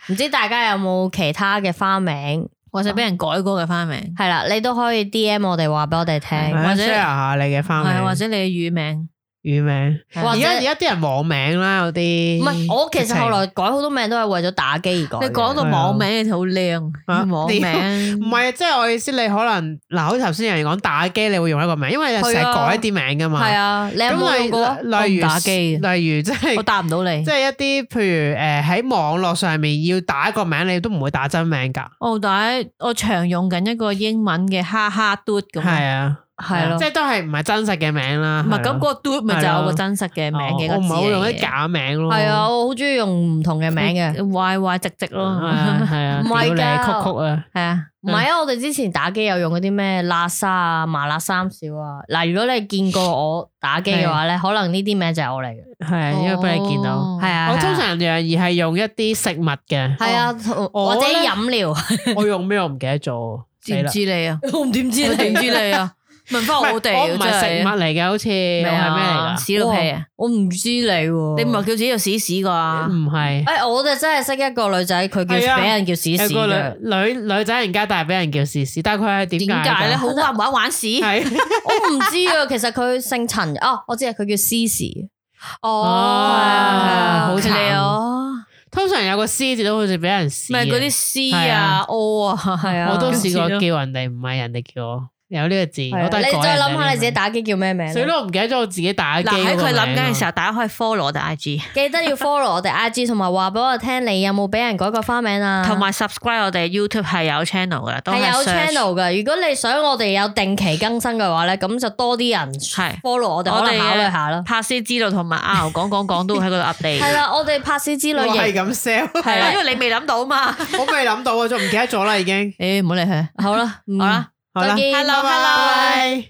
D: 唔知大家有冇其他嘅花名？
E: 或者俾人改過嘅花名，
D: 係啦，你都可以 D M 我哋話俾我哋
C: 係
D: 聽，
C: 啊
E: 或者
C: share 下你嘅花
E: 係
C: 名
E: 或者你嘅乳名，
C: 乳名。
D: 或
C: 而
D: 者
C: 家而家啲人網名啦，有啲
D: 唔係我其
C: 直情
D: 實後來改好多名都係為咗打機而改嘅。
E: 你講到
C: 係啊
E: 網名你好靚，
C: 啊
E: <laughs> 網名
C: 唔係啊，即係我意思，你可能嗱，好似頭先有人講打機，你會用一個名，因為你成日
D: 係啊
C: 改啲名噶嘛。
D: 係啊，你有冇用過啊？
C: 咁例例例如
E: 我唔打
C: 例
E: 機
C: 如即
E: 我
C: 係
E: 答唔到你
C: 即，係一啲，譬如誒喺網絡上面要打一個名，你都唔會打真名㗎。
E: 我但係我常用緊一個英文嘅哈哈嘟咁，
C: 係啊，
E: 係咯
C: 即，係都係唔係真實嘅名啦。
E: 唔係
C: 係
E: 咁
C: 啊
E: 個嘟咪就有個真實嘅名嘅
C: 哦我唔
E: 係
C: 係好用啲
E: 啲
C: 假名咯。
D: 係啊，我好中意用唔同嘅名嘅。
E: 壞壞直直
C: 係
E: 咯，
C: 啊，係啊，
D: 唔係㗎
C: 屌你曲曲啊，
E: 係啊。
D: 唔係啊！我哋之前打機有用嗰啲咩辣沙啊、麻辣三少啊。嗱，如果你見過我打機嘅話咧，可能呢啲名就係我嚟嘅。
C: 係因為俾你見到。
E: 哦
D: 係啊，
C: 我
D: 係啊
C: 通常楊怡係用一啲食物嘅，
D: 係啊，
C: 我
D: 或者
C: 呢
D: 飲料。 <laughs>
C: 我用咩我唔記得咗，死
E: 知唔
C: 啦。
E: 知你啊？
D: 我點知
E: <laughs> 我點知你啊？問翻
C: 唔係
E: 我哋
C: 我
E: 啊
C: 唔
E: 真
C: 係食
E: 係
C: 物嚟嘅，好似
E: 咩
C: 我係咩嚟
E: 啊？
C: 㗎？
E: 屎尿屁啊！
D: 我唔知你喎。
E: 你唔係叫自己做屎屎啩？
C: 唔係。
D: 诶，我哋真係識一個女仔，佢
C: 係
D: 叫
C: 啊
D: 俾人叫屎
C: 有
D: 屎
C: 個
D: 嘅。
C: 女女女仔人家，但係俾人叫試試，但係佢係點
E: 點解咧？
C: 咧？
E: 好啊玩唔玩玩屎？
C: 係
D: 我唔知
C: <laughs>
D: 啊，其實佢姓陳哦，我知啊，佢叫哦思思。
C: <laughs>
E: 哦，
C: 好
E: 犀利
C: 慘
E: 哦！
C: 通常有個獅字都好似俾人試
E: 唔係
C: 嘅，
E: 嗰啲屎啊、屙啊，係啊，
C: 我都試過
E: 跟住
C: 叫人哋，唔係人哋叫我，有呢個字，
D: 係啊
C: 我都係
D: 你再
C: 諗
D: 諗下你自己，打機叫咩名啦啊
C: 所以我唔記得咗我自己打機
E: 嗱喺佢諗緊嘅時
C: 候，
E: 候，大家可以 follow 我哋 IG，
D: 記得要 follow 我哋 IG，同埋話俾我聽你有冇俾人改過花名啊？
E: 同埋 subscribe 我哋 YouTube 係有 channel 噶啦，都
D: 係有
E: search
D: channel 嘅。如果你想我哋有定期更新嘅話咧，咁就多啲人
E: 係
D: follow 我哋，
E: 我
D: 可能
E: 哋
D: 考慮下咯。
E: 拍師知道同埋阿牛講講講都會喺嗰度 update。
D: 係啦，我哋拍攝之類
C: 我係
D: 型，
C: 咁 sell，
E: 係啦，因為你未諗到嘛。
C: 我未諗到啊，仲唔記得咗啦已經。
E: 誒，唔好理佢。
D: 好啦，嗯
E: 好啦，
C: 好啦
D: 再見
E: Hello，
D: 拜拜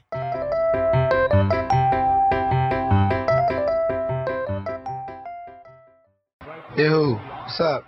E: hello
B: ，Hey who? What's up?